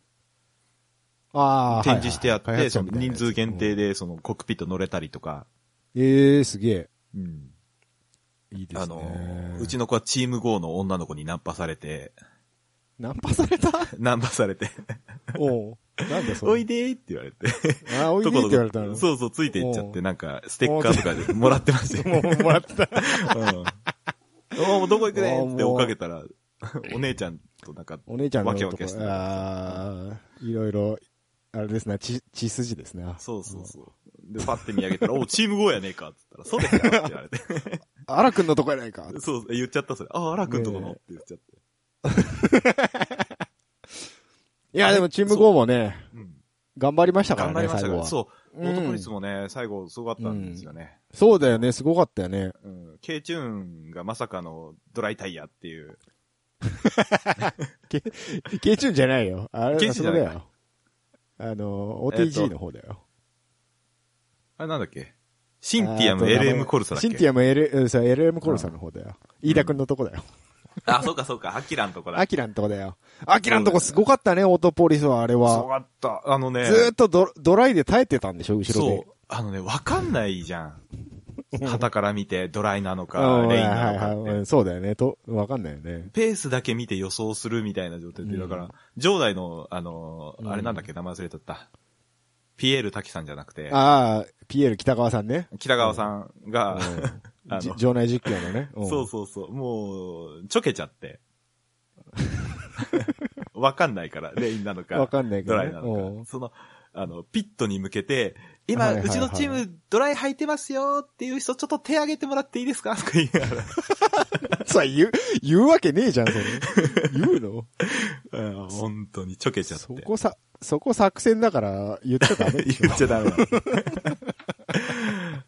ああ。展示してあって、はいはいその人数限。開発者みたいなや定で、そのコックピット乗れたりとか、つうんええ、すげえ。うんいいですね。あの、うちの子はチーム GO の女の子にナンパされて、 ナンパされたナンパされて、おうなんだそれ。おいでーって言われて、あ、おいでって言われたの。そうそう、ついていっちゃって、なんか、ステッカーとかでもらってましたもよ。うもらってた。うん おーもうどこ行くねーって追っかけたら、お姉ちゃんとなんか、お姉ちゃんのわとけこわけしてた。ああ、いろいろ、あれですな、血、血筋ですな。そうそうそう。で、パッて見上げたら、おーチーム GO やねえかって言ったら、そうですよって言われ て。あらくんのとこやないか。そう、言っちゃった、それ。あー、アラ君とこのねって言っちゃって。いや、でもチーム GO もね、うん頑張りましたから頑張りね、まし最たか後ら。は。そう。オうんートポリスもね、最後、すごかったんですよね。そうだよね、すごかったよね。うん。K チューンがまさかのドライタイヤっていう。ケイチュンじゃないよ。あれ、ケイチュンじゃないあそこだよ。えっあの、と OTG の方だよ。あれなんだっけシンティアム LM コルサだっけシンティアム L、うんそう LM コルサの方だよ。飯田くんのとこだよ。あ、そうかそうか、アキラのとこだ。アキラのとこだよ。アキラのとこすごかったね、オートポリスは、あれそうは。だった。あのね、ずーっとドドライで耐えてたんでしょ、後ろで。そう。あのね、わかんないじゃん。旗から見てドライなのうか、んレインなのはいかはっいはいうて。んそうだよね。と、わかんないよね。ペースだけ見て予想するみたいな状態で、だから、場内の、あのー、あれなんだっけ、名前忘れちゃった。ピエール滝さんじゃなくて、ああ、PL 北川さんね。北川さんが、 あのじ場内実況のね。んそうそうそう。もう、ちょけちゃって。 わかんないから、レインなのか。わかんないけドどラねイなうのんか。その、あの、ピットに向けて、は今、いはいはういちのチーム、ドライ履いてますよっていう人、ちょっと手挙げてもらっていいですかとか言いながらさ、言う、言うわけねえじゃん、 それ。言うのうん本当にちょけちゃってそ。こさ、そこ作戦だから言っちゃダメでし ょ。言っちゃダメだ。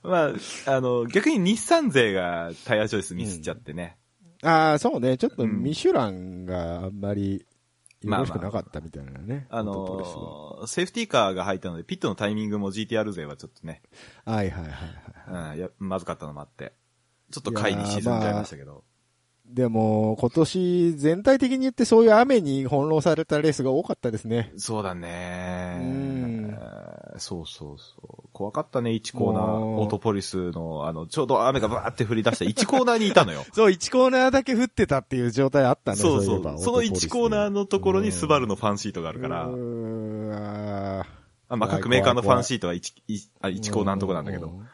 まあ、あの、逆に日産勢がタイヤチョイスミスっちゃってね。ああ、そうね。ちょっとうんミシュランがあんまりよろしくなかったみたいなね。あオートプレスはの、セーフティーカーが入ったので、ピットのタイミングも GTR 勢はちょっとね、はいはいはいはい。うん、や、まずかったのもあって。ちょっと下位に沈んじゃいましたけど。でも、今年全体的に言ってそういう雨に翻弄されたレースが多かったですね。そうだねうんそうそうそう。怖かったね、1コーナー。もうオートポリスの、あの、ちょうど雨がバーって降り出した1コーナーにいたのよ。そう、1コーナーだけ降ってたっていう状態あったね。 そういそえばう。その1コーナーのところにスバルのファンシートがああるから、うーんああまあ、各メーカーのファンシートは 1, 一あー1コーナーのとこなんだけうど、ん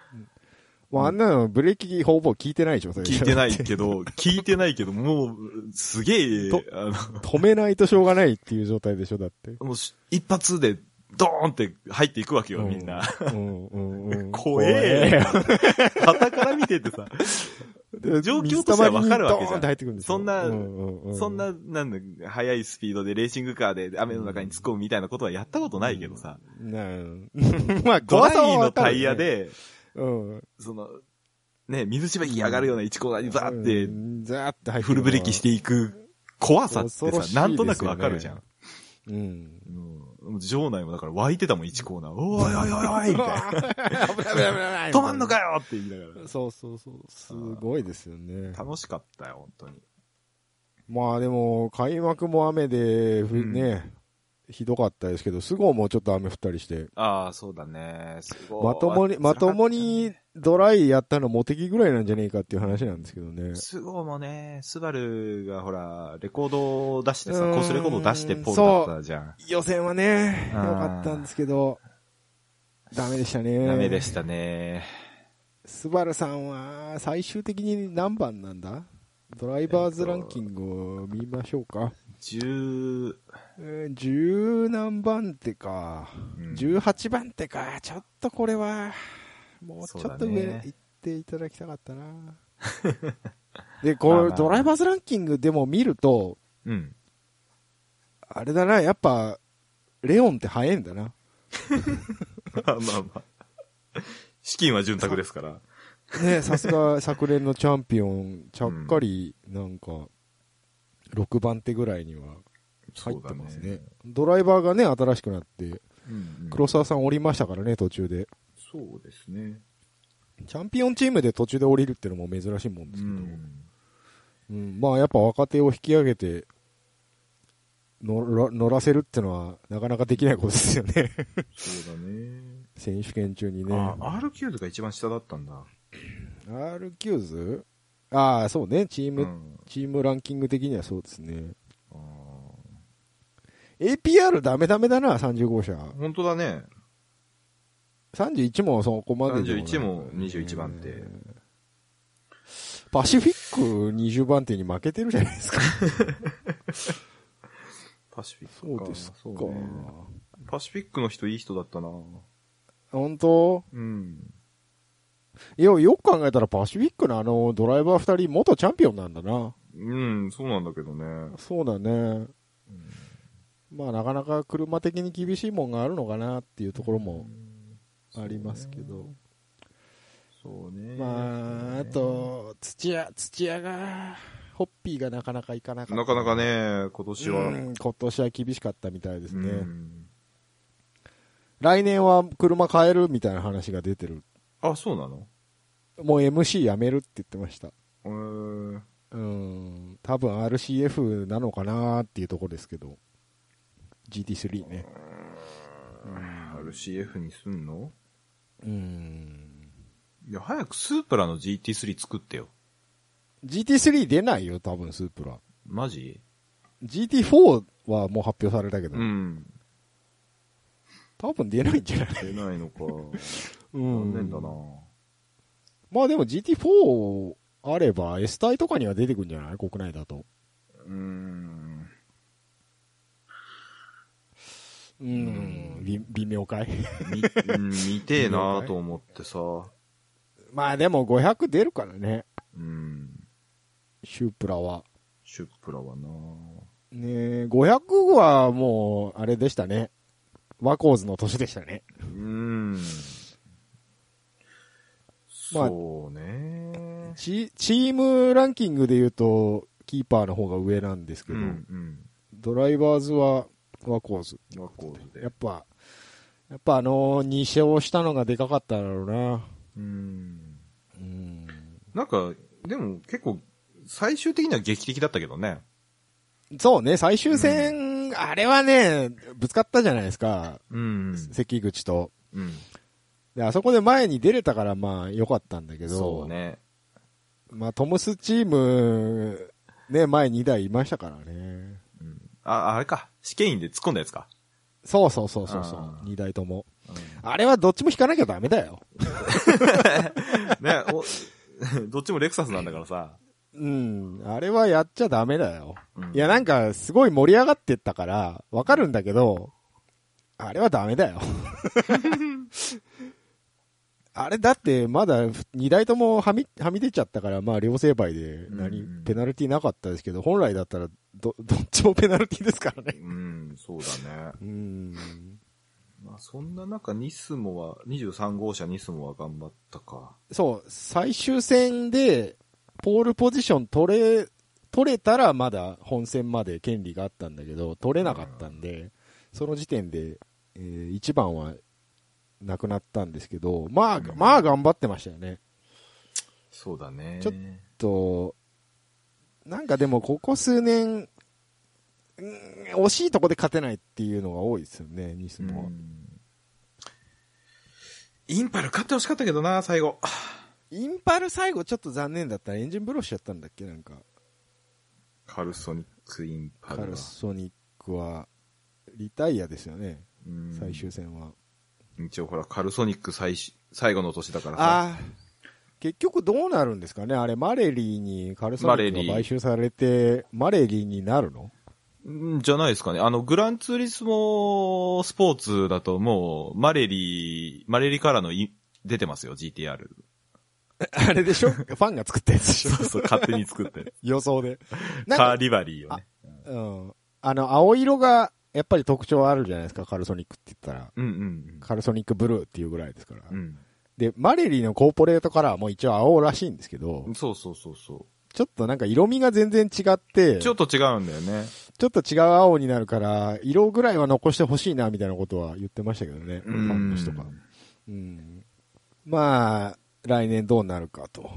もうあんなのブレーキほぼ効いてないでしょ、それ聞いてないけど、聞いてないけど、もう、すげえと、あの、 止めないとしょうがないっていう状態でしょ、だって。もうし一発で、ドーンって入っていくわけよ、みんな。うん。うんうんう ん怖えよ。旗から見ててさ、で状況としては分かるわけじゃん水たまりにドーンって入ってくるんですよそんなうううそんな、なんだ、速いスピードでレーシングカーで雨の中に突っ込むみたいなことはやったことないけどさ、なん。 まあ、ド怖ラさイはの分かタるイよヤね。で、うん。その、ね、水しぶき上がるような1コーナーにザーうっん、ザーって入ってて。フルブレーキしてていく怖さってさ、恐ろしいですよなねんとなくわかるじゃん。うん。うん場内もだから湧いてたもん、1コーナー。おいおいおいおいみたいな。 危ない危ない危な い止まんのかよって言いながら。そうそうそう。すごいですよね。楽しかったよ、本当に。まあでも、開幕も雨で、ふうんね、ひどかったですけど、菅生もちょっと雨降ったりして、ああ、そうだね。すごい。まともに、まともにドライやったのモテキぐらいなんじゃねえかっていう話なんですけどね。スゴもね、スバルがほら、レコードを出してさ、うーんコースレコードを出してポールだったじゃん。予選はね、あ良ーかったんですけど、ダメでしたね。ダメでしたね。スバルさんは最終的に何番なんだドライバーズランキングを見ましょうか。 10、えー10何番手か。うん18番手か。ちょっとこれは、もうちょっとそうだ上ね行っていただきたかったな。 で、こまあれまあドライバーズランキングでも見ると、うん。あれだな、やっぱ、レオンって早いんだな。まあまあまあ。資金は潤沢ですから。 ね、さすが昨年のチャンピオン、ちゃっかり、なんか、6番手ぐらいには入ってますね。ドライバーがね、新しくなって、うん黒沢さん降りましたからね、途中で。そうですね。チャンピオンチームで途中で降りるってのも珍しいもんでうすけど、ん。うんまあやっぱ若手を引き上げて、乗ら乗らせるってのはなかなかできないことですよ ね。そうだね。選手権中にね。あ、R キューズが一番下だったんだ。 R キューズああ、そうね、チーム、うんチームランキング的にはそうですね。あー APR ダメダメだな、35社。本当だね。 31もそこまででない31も21番手うんパシフィック20番手に負けてるじゃないですか。パシフィック そうですか。そうねパシフィックの人いい人だったな本当うん。いや、よく考えたらパシフィックのあのドライバー2人元チャンピオンなんだな。うん、そうなんだけどね。そうだね。まあなかなか車的に厳しいもんがあるのかなっていうところもありますけど。そうね。まあ、あと、土屋、土屋が、ホッピーがなかなかいかなかった。なかなかね、今年は。うん今年は厳しかったみたいですね。うん来年は車買えるみたいな話が出てる。あ、そうなのもう MC やめるって言ってました。うーん。うん。多分 RCF なのかなっていうところですけど。GT3 ね。 RCF にすんのうん。いや、早くスープラの GT3 作ってよ。 GT3 出ないよ、多分スープラ。マジ GT4 はもう発表されたけど、ん。多分出ないんじゃない出ないのか。う 残念だな。まあでも GT4 あれば S 体とかには出てくんじゃない国内だと。うーん。うん。び微妙かい み、うん見てえなと思ってさ。うまあでも500出るからね。ん。シュープラは。シュップラはなねえ500はもう、あれでしたね。ワコーズの年でしたね。うーん。まあそうねチチームランキングで言うと、キーパーの方が上なんですけうど、ん、ドライバーズはワコーズ。うん。ワコーズやでっ。ぱ、やっぱあのー、2勝したのがでかかっただろうな。うん。うん。なんか、でも結構、最終的には劇的だったけどね。そうね、最終戦、あれはね、ぶつかったじゃないですか。うん。関口と。うん。で、あそこで前に出れたからまあ良かったんだけど。そう。ね。まあトムスチーム、ね、前2台いましたからね。うんあ、あれか。試験員で突っ込んだやつか。そうそうそうそうそうあ。ー2台とも。あれはどっちも引かなきゃダメだよ。ね、お、 どっちもレクサスなんだからさ。うん。あれはやっちゃダメだよ。うんいや、なんか、すごい盛り上がってったから、わかるんだけど、あれはダメだよ。あれだって、まだ、二台ともはみ、はみ出ちゃったから、まあ、両成敗で、何、うんうんペナルティなかったですけど、本来だったら、ど、どっちもペナルティですからね。うん、そうだね。うん。まあ、そんな中、ニスモは、23号車ニスモは頑張ったか。そう、最終戦で、ポールポジション取れ、取れたらまだ本戦まで権利があったんだけど、取れなかったんで、その時点で、え1番はなくなったんですけど、まあ、うんまあ頑張ってましたよね。そうだね。ちょっと、なんかでもここ数年、うん惜しいとこで勝てないっていうのが多いですよね、ニスうんモは。インパル勝ってほしかったけどな、最後。インパル最後ちょっと残念だったエンジンブローしちゃったんだっけなんか。カルソニックインパカルルは。ソニックは、リタイアですよね、うん最終戦は。一応ほら、カルソニック最終、最後の年だからさ。ああ、結局どうなるんですかねあれ、マレリーにカルソニマレッリクーが買収されて、マレリーになるのうんじゃないですかね。あの、グランツーリスモスポーツだともう、マレリー、マレリからのい出てますよ、GTR。 あれでしょファンが作ったやつでしょそうそう、勝手に作ってる。 予想で。なんカーか、リバリーをね。うん。あの、青色が、やっぱり特徴あるじゃないですか、カルソニックって言ったら。うんうんカルソニックブルーっていうぐらいですから。うん。で、マレリーのコーポレートカラーも一応青らしいんですけどう、ん。そうそうそうそちょっとなんか色味が全然違って、う。ちょっと違うんだよね。ちょっと違う青になるから、色ぐらいは残してほしいな、みたいなことは言ってましたけどね。フうァんンの人が。うん。まあ、来年どうなるかと。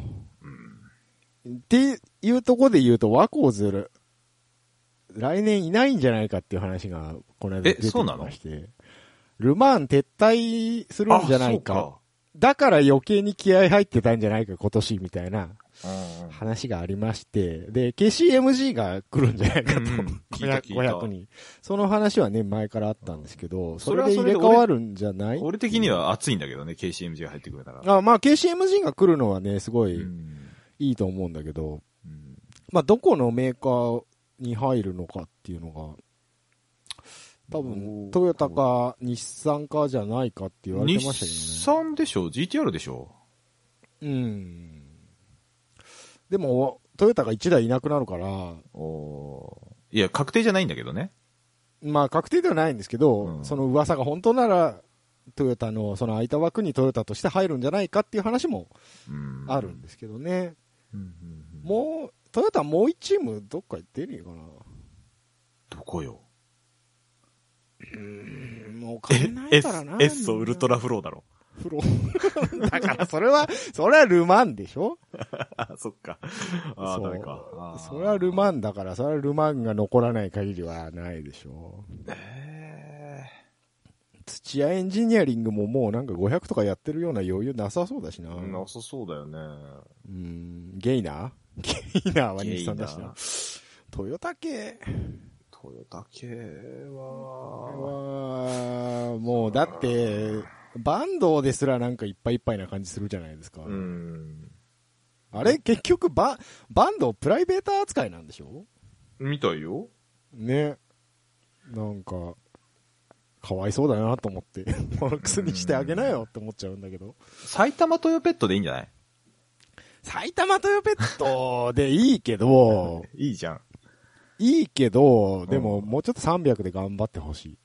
っていうとこで言うと、ワコーズ、来年いないんじゃないかっていう話が、この間出えてきそうなのまして。ルマーン撤退するんじゃないか。だから余計に気合入ってたんじゃないか、今年みたいなあ。そうか。うん話がありまして、で、KCMG が来るんじゃないかと、うんうん 聞いた500聞いた500に。その話はね、前からあったんですけど、そそれれはでそ入れれで替わるんじゃない俺的に。は熱いんだけどね、KCMG が入ってくれたら。あまあ、KCMG が来るのはね、すごういんいいと思うんだけど、うんまあ、どこのメーカーに入るのかっていうのが、多おー分、トヨタか日産かじゃないかって言われてまし日たけどね。産でしょ ?GTR でしょうん。でも、トヨタが1台いなくなるから、おーいや、確定じゃないんだけどね。まあ確定ではないんですけど、うんその噂が本当なら、トヨタのその空いた枠にトヨタとして入るんじゃないかっていう話もうんあるんですけどね。うんうんうんもう、トヨタもう一チームどっか行ってるのかどこよな。もうお金えないエからなッ。エッソウルトラ。ラフローだろ。 フロ だからそれは、それはルマンでしょあ、そっか。あそーうダメか。あーそれはルマンだから、それはルマンが残らない限りはないでしょえ土屋エンジニアリングももうなんか500とかやってるような余裕なさそうだしな。ーなさそうだよね。うん、ゲイナー ゲイナーは日産だしな。トヨタ系トヨタ系は、は、もうだって、バンドですらなんかいっぱいいっぱいな感じするじゃないですか。うん。あれ結局バ、バンドプライベート扱いなんでしょみたいよ。ね。なんか、かわいそうだなと思って。 フォルクスにしてあげなよって思っちゃうんだけど。埼玉トヨペットでいいんじゃない埼玉トヨペットでいいけど、いいじゃん。いいけど、でももうちょっと300で頑張ってほしい。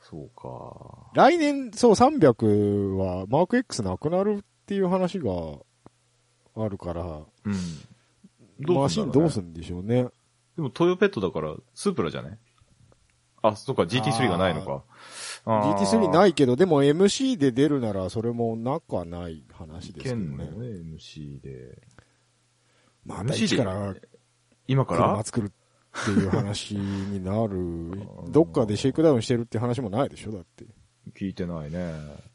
そうか。来年、そう、300はマーク X なくなるっていう話があるから、うん。マシンどうすんだろねんでしょうね。でもトヨペットだから、スープラじゃないあ、そうか、GT3 がないのか。 GT3 ないいけど、でも MC で出るならそれもなくはない話ですけど県のね。ね、MC で。ま MC たで一から今から。車作るっていう話になる どっかでシェイクダウンしてるって話もないでしょだって。聞いてないね。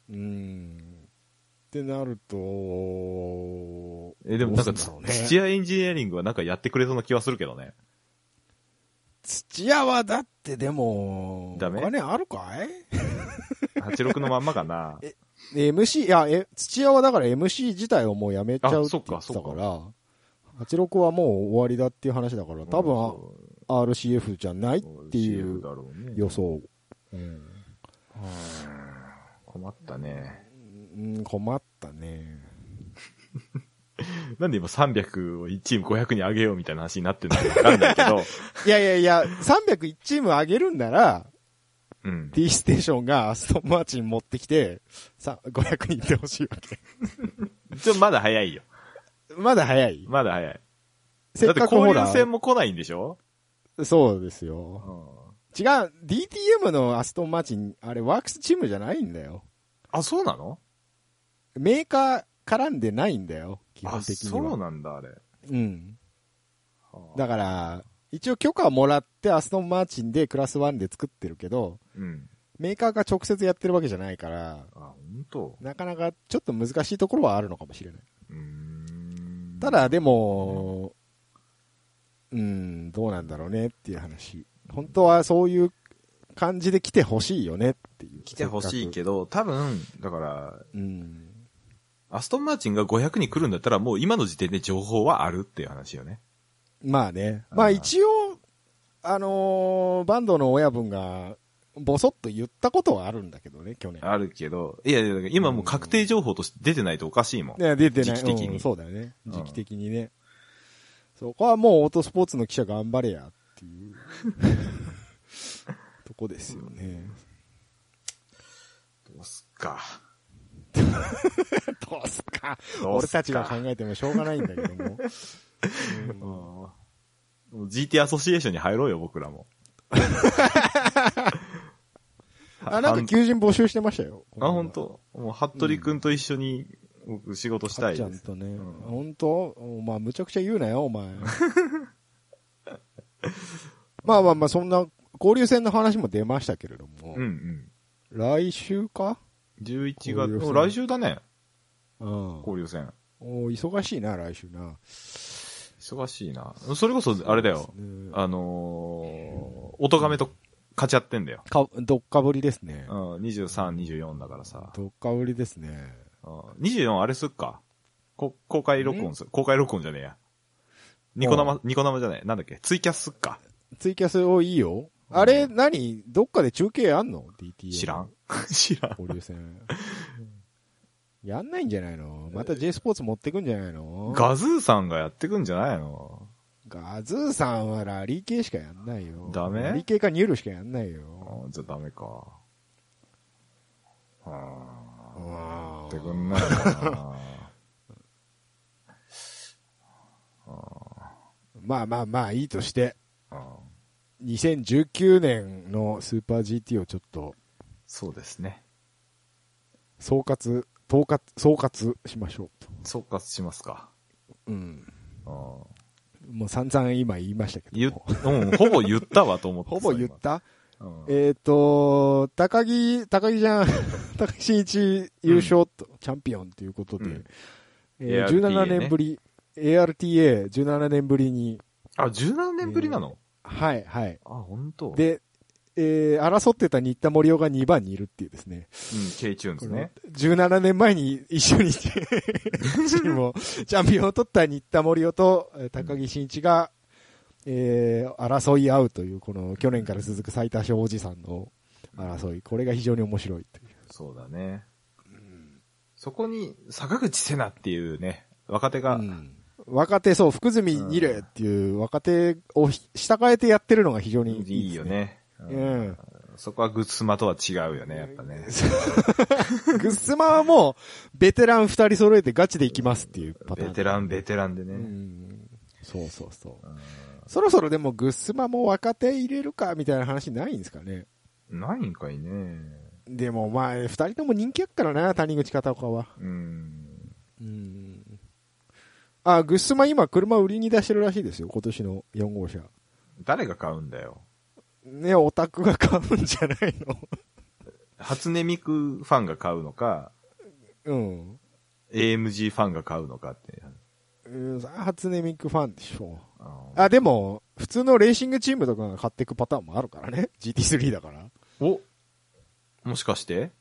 うん。ってなると、え、でもなんか、どうすんだろうね土屋エンジニアリングはなんかやってくれそうな気はするけどね。土屋はだってでも、ダメお金あるかい86のまんまか な。で MC、いや、え、土屋はだから MC 自体をもうやめちゃうあってそっ言かってたから、86はもう終わりだっていう話だから、多分、RCF じゃないっていう予。想。うん、困ったね。うん困ったね。なんで今300を1チーム500に上げようみたいな話になってるのかわかんないけど。いやいやいや、301チーム上げるんなら、うん。 D ステーションがアストンマーチン持ってきて、さ、500人いってほしいわけ。ちょ、まだ早いよ。まだ早い。まだ早い。せだっってかくほ交流ら、戦も来ないんでしょそうですうよ。ん。違う、DTM のアストンマーチン、あれワークスチームじゃないんだよ。あ、そうなのメーカー絡んでないんだよ、基あ、本的には。そうなんだ、あれ。うん。だかから、一応許可はもらってアストンマーチンでクラス1で作ってるけど、うん。メーカーが直接やってるわけじゃないから、あ、ほんとなかなかちょっと難しいところはあるのかもしれない。うーん。ただ、でも、うん、どうなんだろうねっていう話。本当はそういう感じで来てほしいよねっていう。来てほしいど。けど、多分、だから、うん。アストンマーチンが500に来るんだったら、もう今の時点で情報はあるっていう話よね。まあね。あーまあ一応、あのーバンドの親分が、ぼそっと言ったことはあるんだけどね、去年。あるけど、いやいや、今もう確定情報として出てないとおかしいもん。いや、出てない。時期的にうんそうだよね。うん時期的にね。そこはもうオートスポーツの記者頑張れやっていう とこですよ ね。どうすっか。どうすっどか。うす俺っかたちが考えてもしょうがないんだけど も。うんもう GT アソシエーションに入ろうよ、僕らも。 あ、なんか求人募集してましたよ。あ、本当もう、服部くんと一緒に、僕、仕事したかっいちゃでんす。とね。ん本当お前、むちゃくちゃ言うなよ、お前。 まあまあまあ、そんな、交流戦の話も出ましたけれども。うんうん。来週か11月、交流戦もう来週だね、うん。交流戦。お忙しいな、来週な。忙しいな。それこそ、あれだよ。ねあのー、音亀と勝ち合ってんだよ。か、どっかぶりですねう。ん、23、24だからさ。どっかぶりですね。うん24あれすっか。こ公開録音する。公開録音じゃねえや。ニコ生、ニコ生じゃない。なんだっけツイキャスすっか。ツイキャスをいいよ。あれ、何どっかで中継あんの ?DTA。知らん。。 知らん。交流 戦。やんないんじゃないのまた J スポーツ持ってくんじゃないのガズーさんがやってくんじゃないのガズーさんはラリー系しかやんないよ。ダメラリー系かニュールしかやんないあよ。ーじゃあダメか。ああ。やあってくーんないかな。まあまあまあ、いいとして。あー2019年のスーパー GT をちょっとそうですね。総括、統括、総括しましょ総括しますか。う。うん。うんもう散々今言いましたけ言どっも。うん、ほぼ言ったわと思ってさ。 ほぼ言った今。うんえっ、と、高木、高木じゃん、 高木真一優勝と、チャンピオンということで、うんえー ARTA ね17年ぶり、ARTA17 年ぶりに、あ、17年ぶりなの、はい、はい。あ、本当。、で、えー争ってた新田森夫が2番にいるっていうですね。うん、K チューンですね。 17年前に一緒に チームを、チャンピオンを取った新田森夫とえー高木真一が、えー争い合うという、この去年から続く最多勝おじさんの争い。これが非常に面白いという。そうだね。そこに、坂口瀬名っていうね、若手が、若手、そう、福住二礼っていう若手をひ従えてやってるのが非常にいい,、いいよ。ね。ううんん。そこはグッズマとは違うよね、やっぱね。グッスマはもう、ベテラン二人揃えてガチでいきますっていうパターン。ベテラン、ベテランでうね。ん。そうそうそう。うんそろそろでもグッスマも若手入れるかみたいな話ないんですかね。ないんかいね。でもまあ、二人とも人気やっからな、谷口片岡は。うん。うん。あ、グッスマ今車売りに出してるらしいですよ、今年の4号車。誰が買うんだよ。ね、オタクが買うんじゃないの初音ミクファンが買うのか、 うん。 AMG ファンが買うのかって。うん、初音ミクファンでしょう。ああ、でも、普通のレーシングチームとかが買っていくパターンもあるからね。GT3 だから。 おもしかして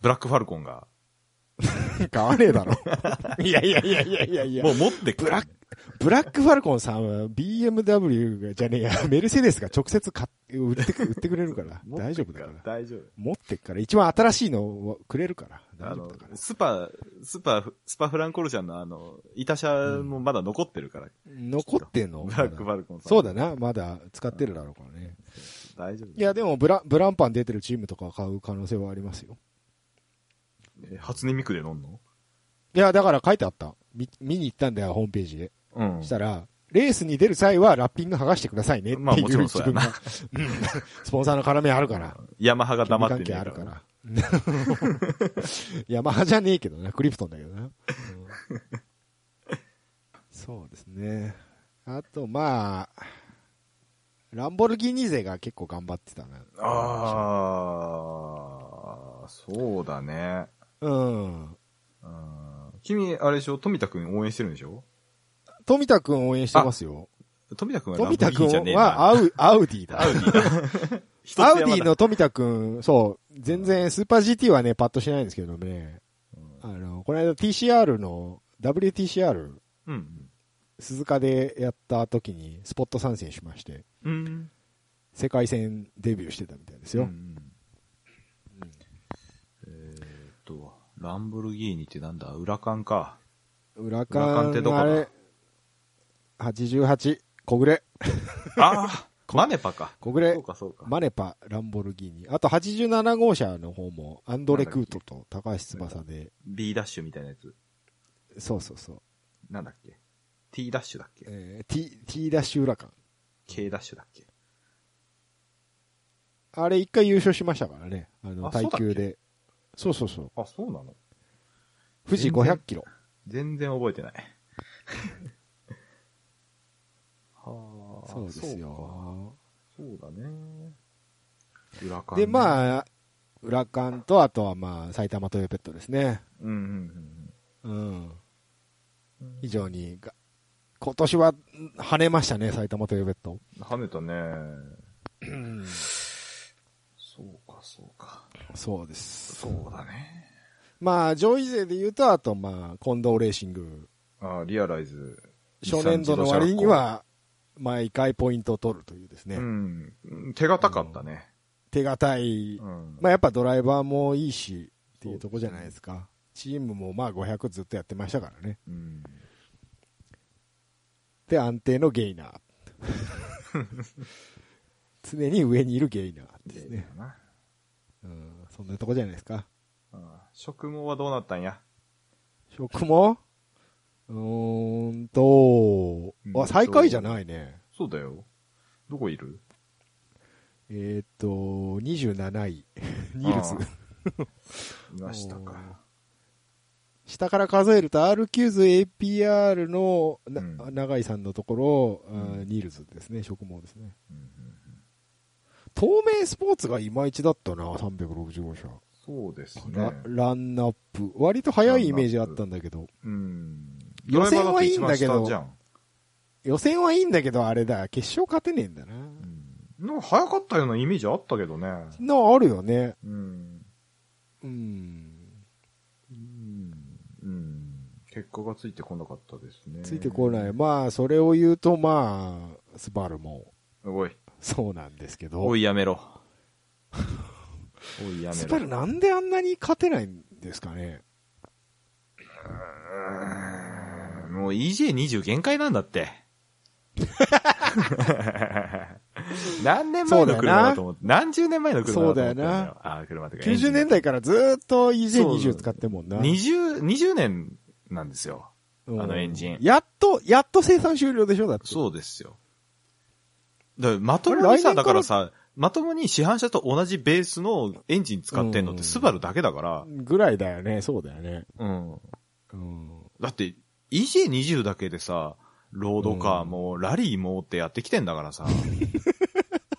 ブラックファルコンが。買わねえだろ。 いやいやいやいやいやいやも。う持ってくブラック、ブラックファルコンさんは BMW がじゃねえや、 メルセデスが直接買って、売 ってく、売ってくれるから、持って大く丈夫だから。大丈持ってっから、一番新しいのをくれるから、夫。あ大丈夫のだか、ら。スパ、スパ、スパフランコルちゃんのあの、いた車もまだ残ってるから、残ってんのブラックファルコンさん。そうだな、まだ使ってるだろうからね。大丈夫。いや、でもブラ、ブランパン出てるチームとか買う可能性はありますよ。え初音ミクで飲んのいや、だから書いてあった。見、見に行ったんだよ、ホームページで。うんしたら、レースに出る際はラッピング剥がしてくださいねってまあいもち うろんそ自うやな分が、うんスポンサーの絡みあるから。ヤマハが黙って権利関ねえ係あるから。 ヤマハじゃねえけどな、クリプトンだけどな。うんそうですね。あと、まあ、ランボルギーニ勢が結構頑張ってたな。ああ、そうだね。うん。うん君、あれでしょ富田くん応援してるんでしょ富田くん応援してますよ。富田くんはラ富ブ田くいいじゃんねえはな。アウ、アウディだ。アウディだ。一つア山ウだディの富田くん、そう、全然スーパー GT はね、パッとしないんですけどね、あの、この間 TCR の、WTCR、うん。鈴鹿でやった時にスポット参戦しまして、うん。世界戦デビューしてたみたいですよ。えーっと、ランブルギーニってなんだ裏缶か。裏裏勘勘ってどこだあれ、88、小暮、ああマネパか。小暮そう、かそうか。マネパ、ランボルギーニ。あと87号車の方も、アンドレ・クートと高橋翼で、 B ダッシュみたいなやつ。そうそうそう、なんだっけ ?T ダッシュだっけえー T、T ダッシュ裏勘。 ?K ダッシュだっけあれ一回優勝しましたからね。あの、あ耐久そうで。そうそうそう。あ、そうなの富全士然500キロ。全然覚えてない。 はあ。そうですよ。そうか。そうだね。裏缶、で、あ。まあ、裏勘と、あとはまあ、埼玉トヨペットですね。うんうんうんうん。うん。非常にが、今年は跳ねましたね、埼玉トヨペット。跳ねたね。そうか、そうか。そうです。そうだね。まあ、上位勢で言うと、あとまあ、近藤レーシング。ああ、リアライズ。初年度の割には、毎回ポイントを取るというですね。うん。うん。手堅かったね。手堅いうん。まあやっぱドライバーもいいしっていうとこじゃないですか。チームもまあ500ずっとやってましたからね。うん。で、安定のゲイナ ー。常に上にいるゲイナーですね。だな。うん、そんなとこじゃないですか。ああ職務はどうなったんや食もうーんとうん、とあ、最下位じゃないね。そうだよ。どこいるえーっと、27位。 ニールズあ。 いましたか。下から数えると R キューズ APR のな、うん永井さんのところ、あーうんニールズですね、職毛ですね。うんうん透明スポーツがいまいちだったな、365社。そうですねラ。ランナップ。割と早いイメージあったんだけど。うん。予選はいいんだけドどライバーって一番下じゃん予選はいいんだけど、あれだ、決勝勝てねえんだな。うんなんか早かったようなイメージあったけどね。な、あるよね。うん。うん。うん。うん。結果がついてこなかったですね。。ついてこないい。まあ、それを言うと、まあ、スバルもおい。そうなんですけど。おいやめろ。おいやめろ。スバルなんであんなに勝てないんですかね。うんもう EJ20 限界なんだって。 何年前の車だと思って、何十年前の車だと思ってんそうだよな。ああ、車ってか。 90年代からずーっと EJ20 使ってんもんな。 20、20年なんですよ。うんあのエンジンやっと、やっと生産終了でしょだって。そうですよ。だからまともにあさ、れ来年からだからさ、まともに市販車と同じベースのエンジン使ってんのっうてんスバルだけだから、ぐらいだよね、そうだよね。うん。 うん。だって EJ20 だけでさ、ロードカーもラリーもってやってきてんだからさ。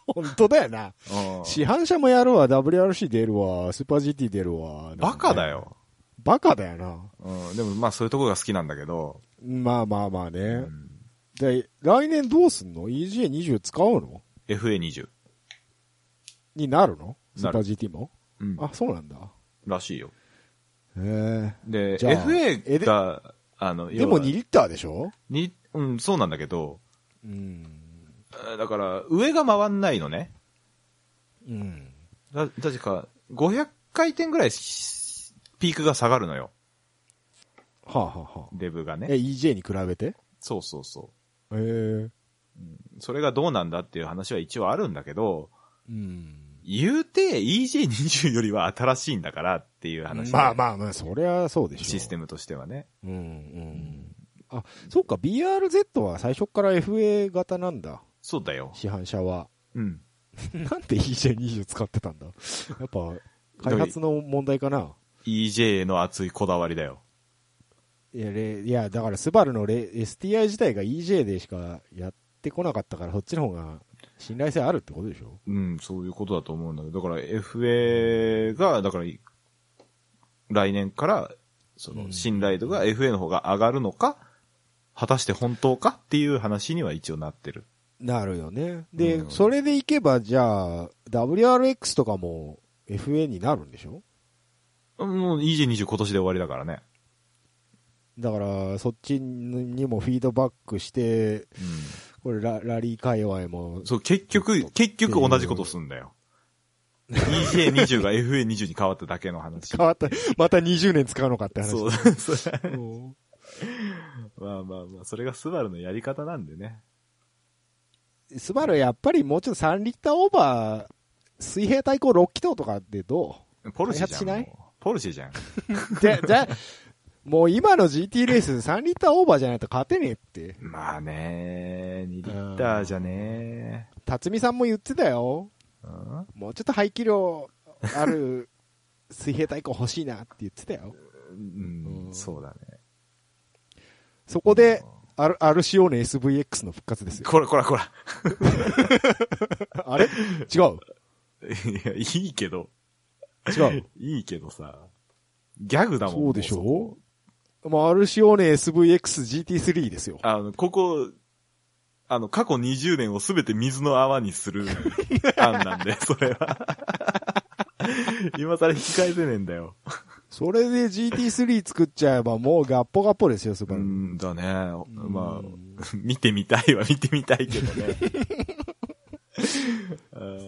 本当だよな。うん市販車もやるわ、WRC 出るわ、スーパー GT 出るわ。バカだ。よ。バカだよな。うん。でもまあそういうとこが好きなんだけど。まあまあまあね。うんで、来年どうすんの ?EJ20 使うの FA20。になるのスなーパるー GT もうん。あ、そうなんだ。らしいよ。へえ。で、じゃあえ FA でが、あの、でも要は2リッターでしょに、うん、そうなんだけど、うん。だから上が回んないのね。うん。だ、確か、500回転ぐらいし、ピークが下がるのよ。はあ、はあはあ、レブがえ、ね。 EJ に比べてへそうそうそえ。う。それがどうなんだっていう話は一応あるんだけど、うん。言うて EJ20 よりは新しいんだからっていう話。まあまあまあ、そりゃそうでしょ。システムとしてはね。うんうん。あ、そっか、BRZ は最初っから FA 型なんだ。そうだよ。市販車は。うん。なんで EJ20 使ってたんだやっぱ、開発の問題かな EJ への熱いこだわりだよ。いや、レいや、だからスバルのレ STI 自体が EJ でしかやってこなかったから、そっちの方が信頼性あるってことでしょうん、そういうことだと思うんだけど、だから FA が、だから、来年から、そうんの、信頼度が FA の方が上がるのか、果たして本当かっていう話には一応なってる。なるよね。で、うんそれでいけば、じゃあ、WRX とかも FA になるんでしょもう EJ20 今年で終わりだからね。だから、そっちにもフィードバックして、これララリー界隈も、そう、結局、結局同じことすんだよ。EJ20 が FA20 に変わっただけの話。変わった、また20年使うのかって話。そう。そううん まあまあまあ、それがスバルのやり方なんでね。スバルやっぱりもうちょっと3リッターオーバー、水平対向6気筒とかでどポルシェじ開発ゃしん。ないもうポルシェじゃん。うじゃ、じゃ、もう今の GT レース3リッターオーバーじゃないと勝てねえって。まあね、2リッターじゃね辰巳さんも言ってたよ。うんもうちょっと排気量ある水平対向欲しいなって言ってたよ。うんうんそうだね。そこで、アル、アルシオーネ SVX の復活です よ。こらこらこら。あれ違ういや、いいけど、違う。いいけどさ、ギャグだもんそうでしもこょまあ、アルシオーネ SVXGT3 ですよ。あの、ここ、あの、過去20年をすべて水の泡に する案なんで、それは。今更引き返せねえんだよ。それで GT3 作っちゃえばもうガッポガッポですよ、スうバル。んだね。まあうん、見てみたいは見てみたいけど ね。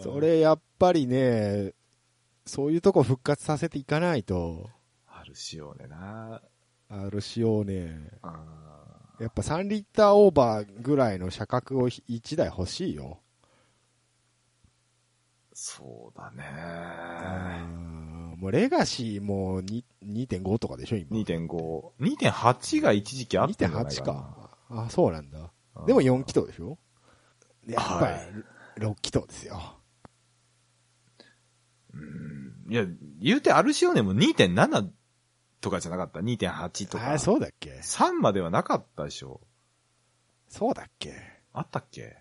それやっぱりね、そういうとこ復活させていかないと、あるしようねな。アルシオーネ、あやっぱ3リッターオーバーぐらいの車格を1台欲しいよ。そうだうね。んもうレガシーも2 2.5とかでしょ、今。 2.5。2.8が一時期あったんじゃない2.8かか。あ、そうなんだ。な。でもうん4気筒でしょやっぱはいり6気筒ですよ。いや、言うてアルシオネも2.7とかじゃなかった。2.8とあか。あ、そうだっけ3まではなかったでしょ。そうだっけあったっけ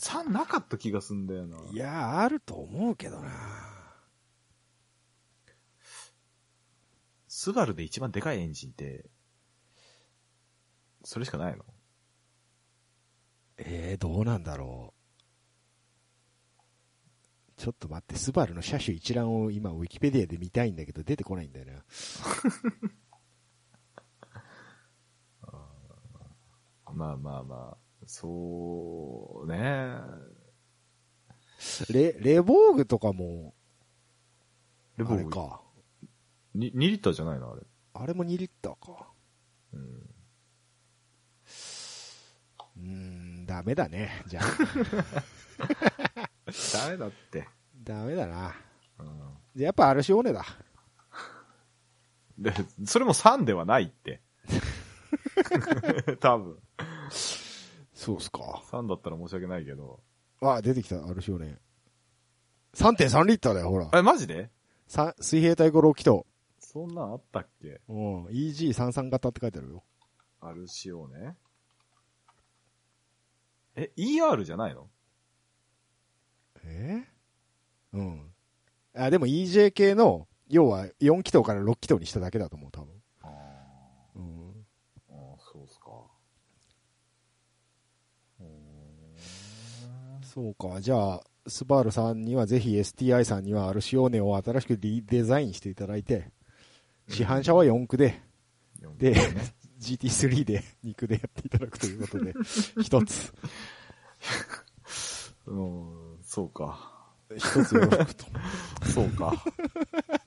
?3 なかった気がすんだよな。いや、あると思うけどな。スバルで一番でかいエンジンって、それしかないのええどうなんだろう。ちょっと待って、スバルの車種一覧を今、ウィキペディアで見たいんだけど、出てこないんだよな。まあまあまあ、そうね。レ、レボーグとかも、レボあれーか。に 2, リッターじゃないのあれ。あれも2リッターか。うん。うーん、ダメだね。 じゃあ、 ダメだって。ダメだな。うん。じゃあやっぱアルシオーネだ。で、それも3ではない って。多分。そうっすか。 3だったら申し訳ないけど。あ、出てきた、アルシオーネ。3.3リッターだよ、ほら。え、マジでさ水平対5六気筒。そんなんあったっけうん、EG33 型って書いてあるよ。あるしようね。え、ER じゃないのえうん。あ、でも EJ 系の、要は4気筒から6気筒にしただけだと思う、多分。あうん。あ、そうっすか。うーんそうか、じゃあ、スバルさんにはぜひ STI さんにはアルシオーネを新しくリデザインしていただいて、市販車は4駆で、四で駆ね GT3 で肉でやっていただくという ことで、一つ、うーん、そうか。一つよろしくと。そう か。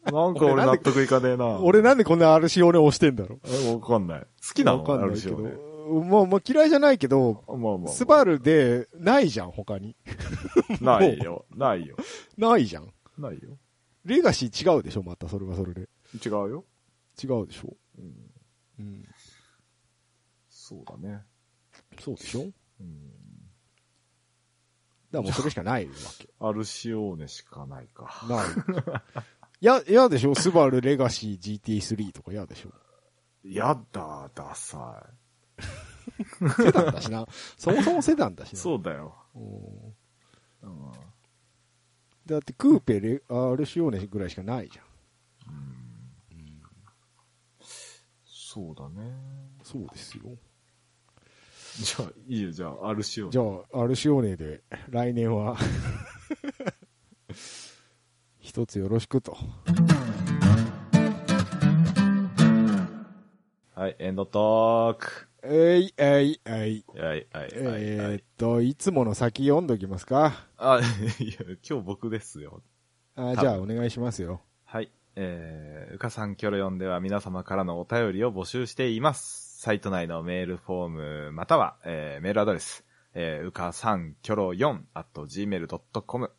なんか俺納得いかねえな。俺なんでこんなアルシオーネ押してんだろうえ、わかんない。好きなのわかんないけあど。るしようねもう、もう嫌いじゃないけど、まあまあまあ。スバルでないじゃん、他に。ないよ。ないよ。ないじゃん。ないよ。レガシー違うでしょ、また、それはそれで。違うよ。違うでしょ。うん、うん。そうだね。そうでしょだかうん。らもうそれしかないわけ。アルシオーネしかないか。ない。い や、嫌でしょスバルレガシー GT3 とか嫌でしょやだ、ダサセダンだしな。 そもそもセダンだしい。な。そうだよ。うんうん。だってクーペレ、RCO ねぐらいしかないじゃん。そうだね。そうですよ。じゃあ、いいよ、じゃあ、アルシオーネ。じゃあ、アルシオーネで、来年は、一つよろしくと。はい、エンドトーク。えい、えい、えい。はい、はい、はい。はえーいっと、いつもの先読んどきますか。あ、いや、今日僕ですよ。あ分じゃあ、お願いしますよ。はい。えー、うかさんきょろよんでは皆様からのお便りを募集しています。サイト内のメールフォーム、または、えーメールアドレス、えー、うかさんきょろよん at gmail.com。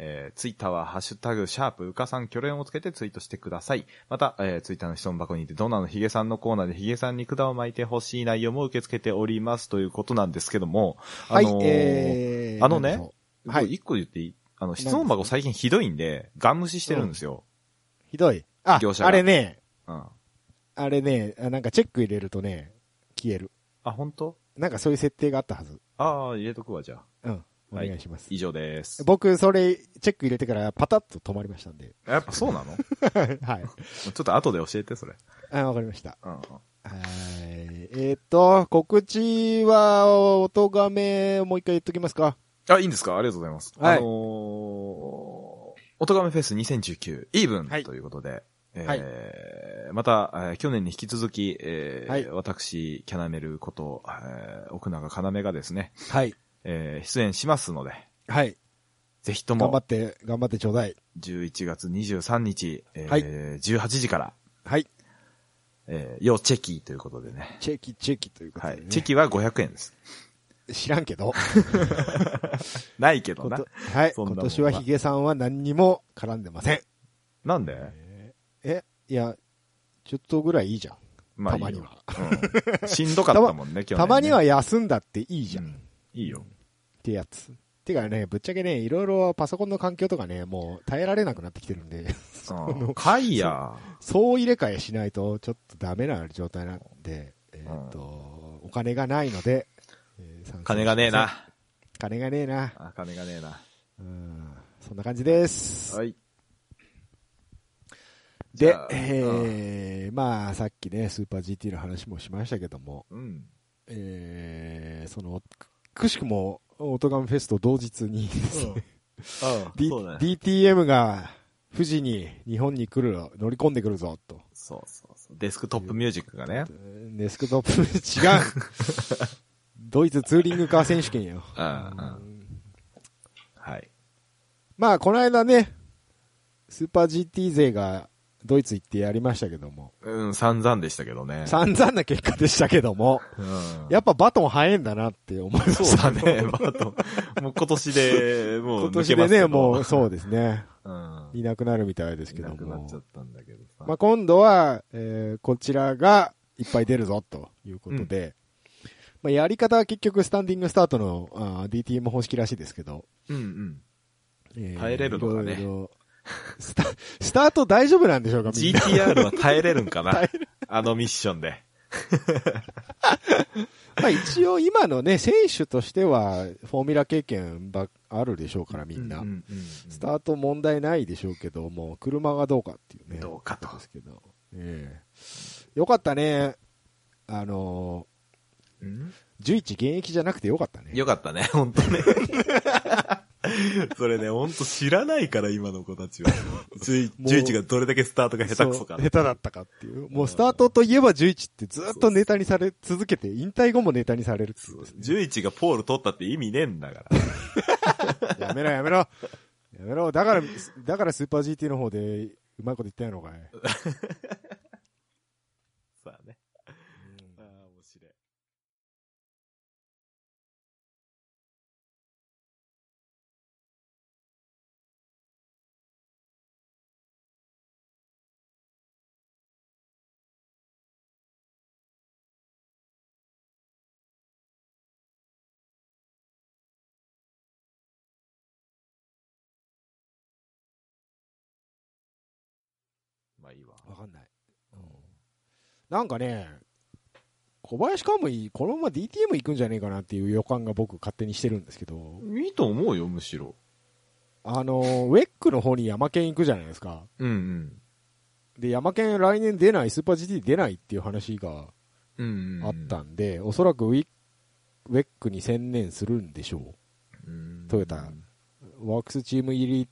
えー、ツイッターは、ハッシュタグ、シャープ、うかさんきょろよんをつけてツイートしてください。また、えー、ツイッターの質問箱にて、ドナーのヒゲさんのコーナーでヒゲさんに管を巻いてほしい内容も受け付けておりますということなんですけども、はい、あのーえー、あのねなんだろうははいい。。一個言っていいあの、質何問です箱か最近ひどいんで、ガン無視してるんですよ。ひどい。あ業、者があれね、うん。あれね、あなんかチェック入れるとね、消える。あ、本当？なんかそういう設定があったはず。ああ、入れとくわ、じゃあ。うん。おはい願いします。以上です。僕、それ、チェック入れてからパタッと止まりましたんで。 やっぱそうなのちはい。ょっと後で教えて、それ。あ、わかりました。うんうん。はい。えーっと、告知は、おとがめ、もう一回言っときますか。あ、いいんですかありがとうございます。はいあのー、おとがめフェス2019、イーブはいンということで、えーはまた、えー去年に引き続き、えーはい私、キャナメルこと、えー、奥永かなめがですね、はい。えー出演しますので、はい。ぜひと頑張もっ、て、頑張ってちょうだい。 11月23日、えーはい18時から、はい。えー、要チェキということでね。チェキ、チェキということはで、ね。い。チェキは500円です。知らんけど。ないけどこなと。は い。そんなもん今は年はヒゲさんは何にも絡んでません。なんでえ、いや、ちょっとぐらいいいじゃん。まあたまいいによは。 うんしんどかったもんね、今日、たまには休んだっていいじゃん。うっんいいよ。てやつ。ってかね、ぶっちゃけね、いろいろパソコンの環境とかね、もう耐えられなくなってきてるんで、 うんかいや。そう入れ替えしないとちょっとダメな状態なんで、えーっと、お金がないので、えー参戦金がねえな。金がねえな。あ、金がねえな。うん。そんな感じです。はい。じでゃあ、えー、まあ、さっきね、スーパー GT の話もしましたけども、うん。えー、その、くくしくも、オトガムフェスと同日に、あ D- そうだね。 DTM が、富士に、日本に来る、乗り込んでくるぞ、と。そうそうそう。デスクトップミュージックがね。デスクトップ、違う ドイツツーリングカー選手権よ。うんうん。はい。まあ、この間ね、スーパー GT 勢がドイツ行ってやりましたけども、うん、散々でしたけどね。散々な結果でしたけども、うん。やっぱバトン早いんだなって思いまそうしだたね、 バトン。もう今年で、もう今抜年けまですけね、どもう、そうですね。うん。いなくなるみたいですいけどなくなもっちゃ。ったんだけどさ。まあ、今度は、えーこちらがいっぱい出るぞ、ということで。まあ、やり方は結局スタンディングスタートのあー DTM 方式らしいですけど。うんうん。えー耐えれるのかねいろいろスタ、スタート大丈夫なんでしょうか、みんな。 GTR は耐えれるんかなあのミッションで。まあ一応今のね、選手としては、フォーミュラ経験ばあるでしょうから、みんな。うううんスタート問題ないでしょうけども、車がどうかっていうね。どうかとことですけど。ええよかったね。あのうんー、11現役じゃなくてよかったね。よかったね、 本当ね。それね、本当知らないから、今の子たちは。もう11がどれだけスタートが下手くそかそう。下手だったかっていう。もうスタートといえば11ってずっとネタにされ続けて、引退後もネタにされるっていうですね11がポール取ったって意味ねえんだから。やめろやめろ。やめろ。だから、だからスーパー GT の方で、うまいこと言ったんやろかい。さあね。ああ、面白い。まあいいわ。わかんない。なんかね、小林かもいい、このまま DTM 行くんじゃねえかなっていう予感が僕勝手にしてるんですけど、いいと思うよ、むしろ。あの、ウェックの方に山県行くじゃないですか。うんうん。で、山県来年出ない、スーパー GT 出ないっていう話がうん、うん。あった。んで、おそらくウィウェックに専念するんでしょうん、トヨタう。ワークスチーム入り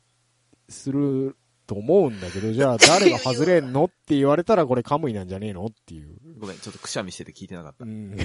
すると思うんだけど、じゃあ誰が外れんのって言われたらこれカムイなんじゃねえのっていう。ごめん、ちょっとくしゃみしてて聞いてなかった。うん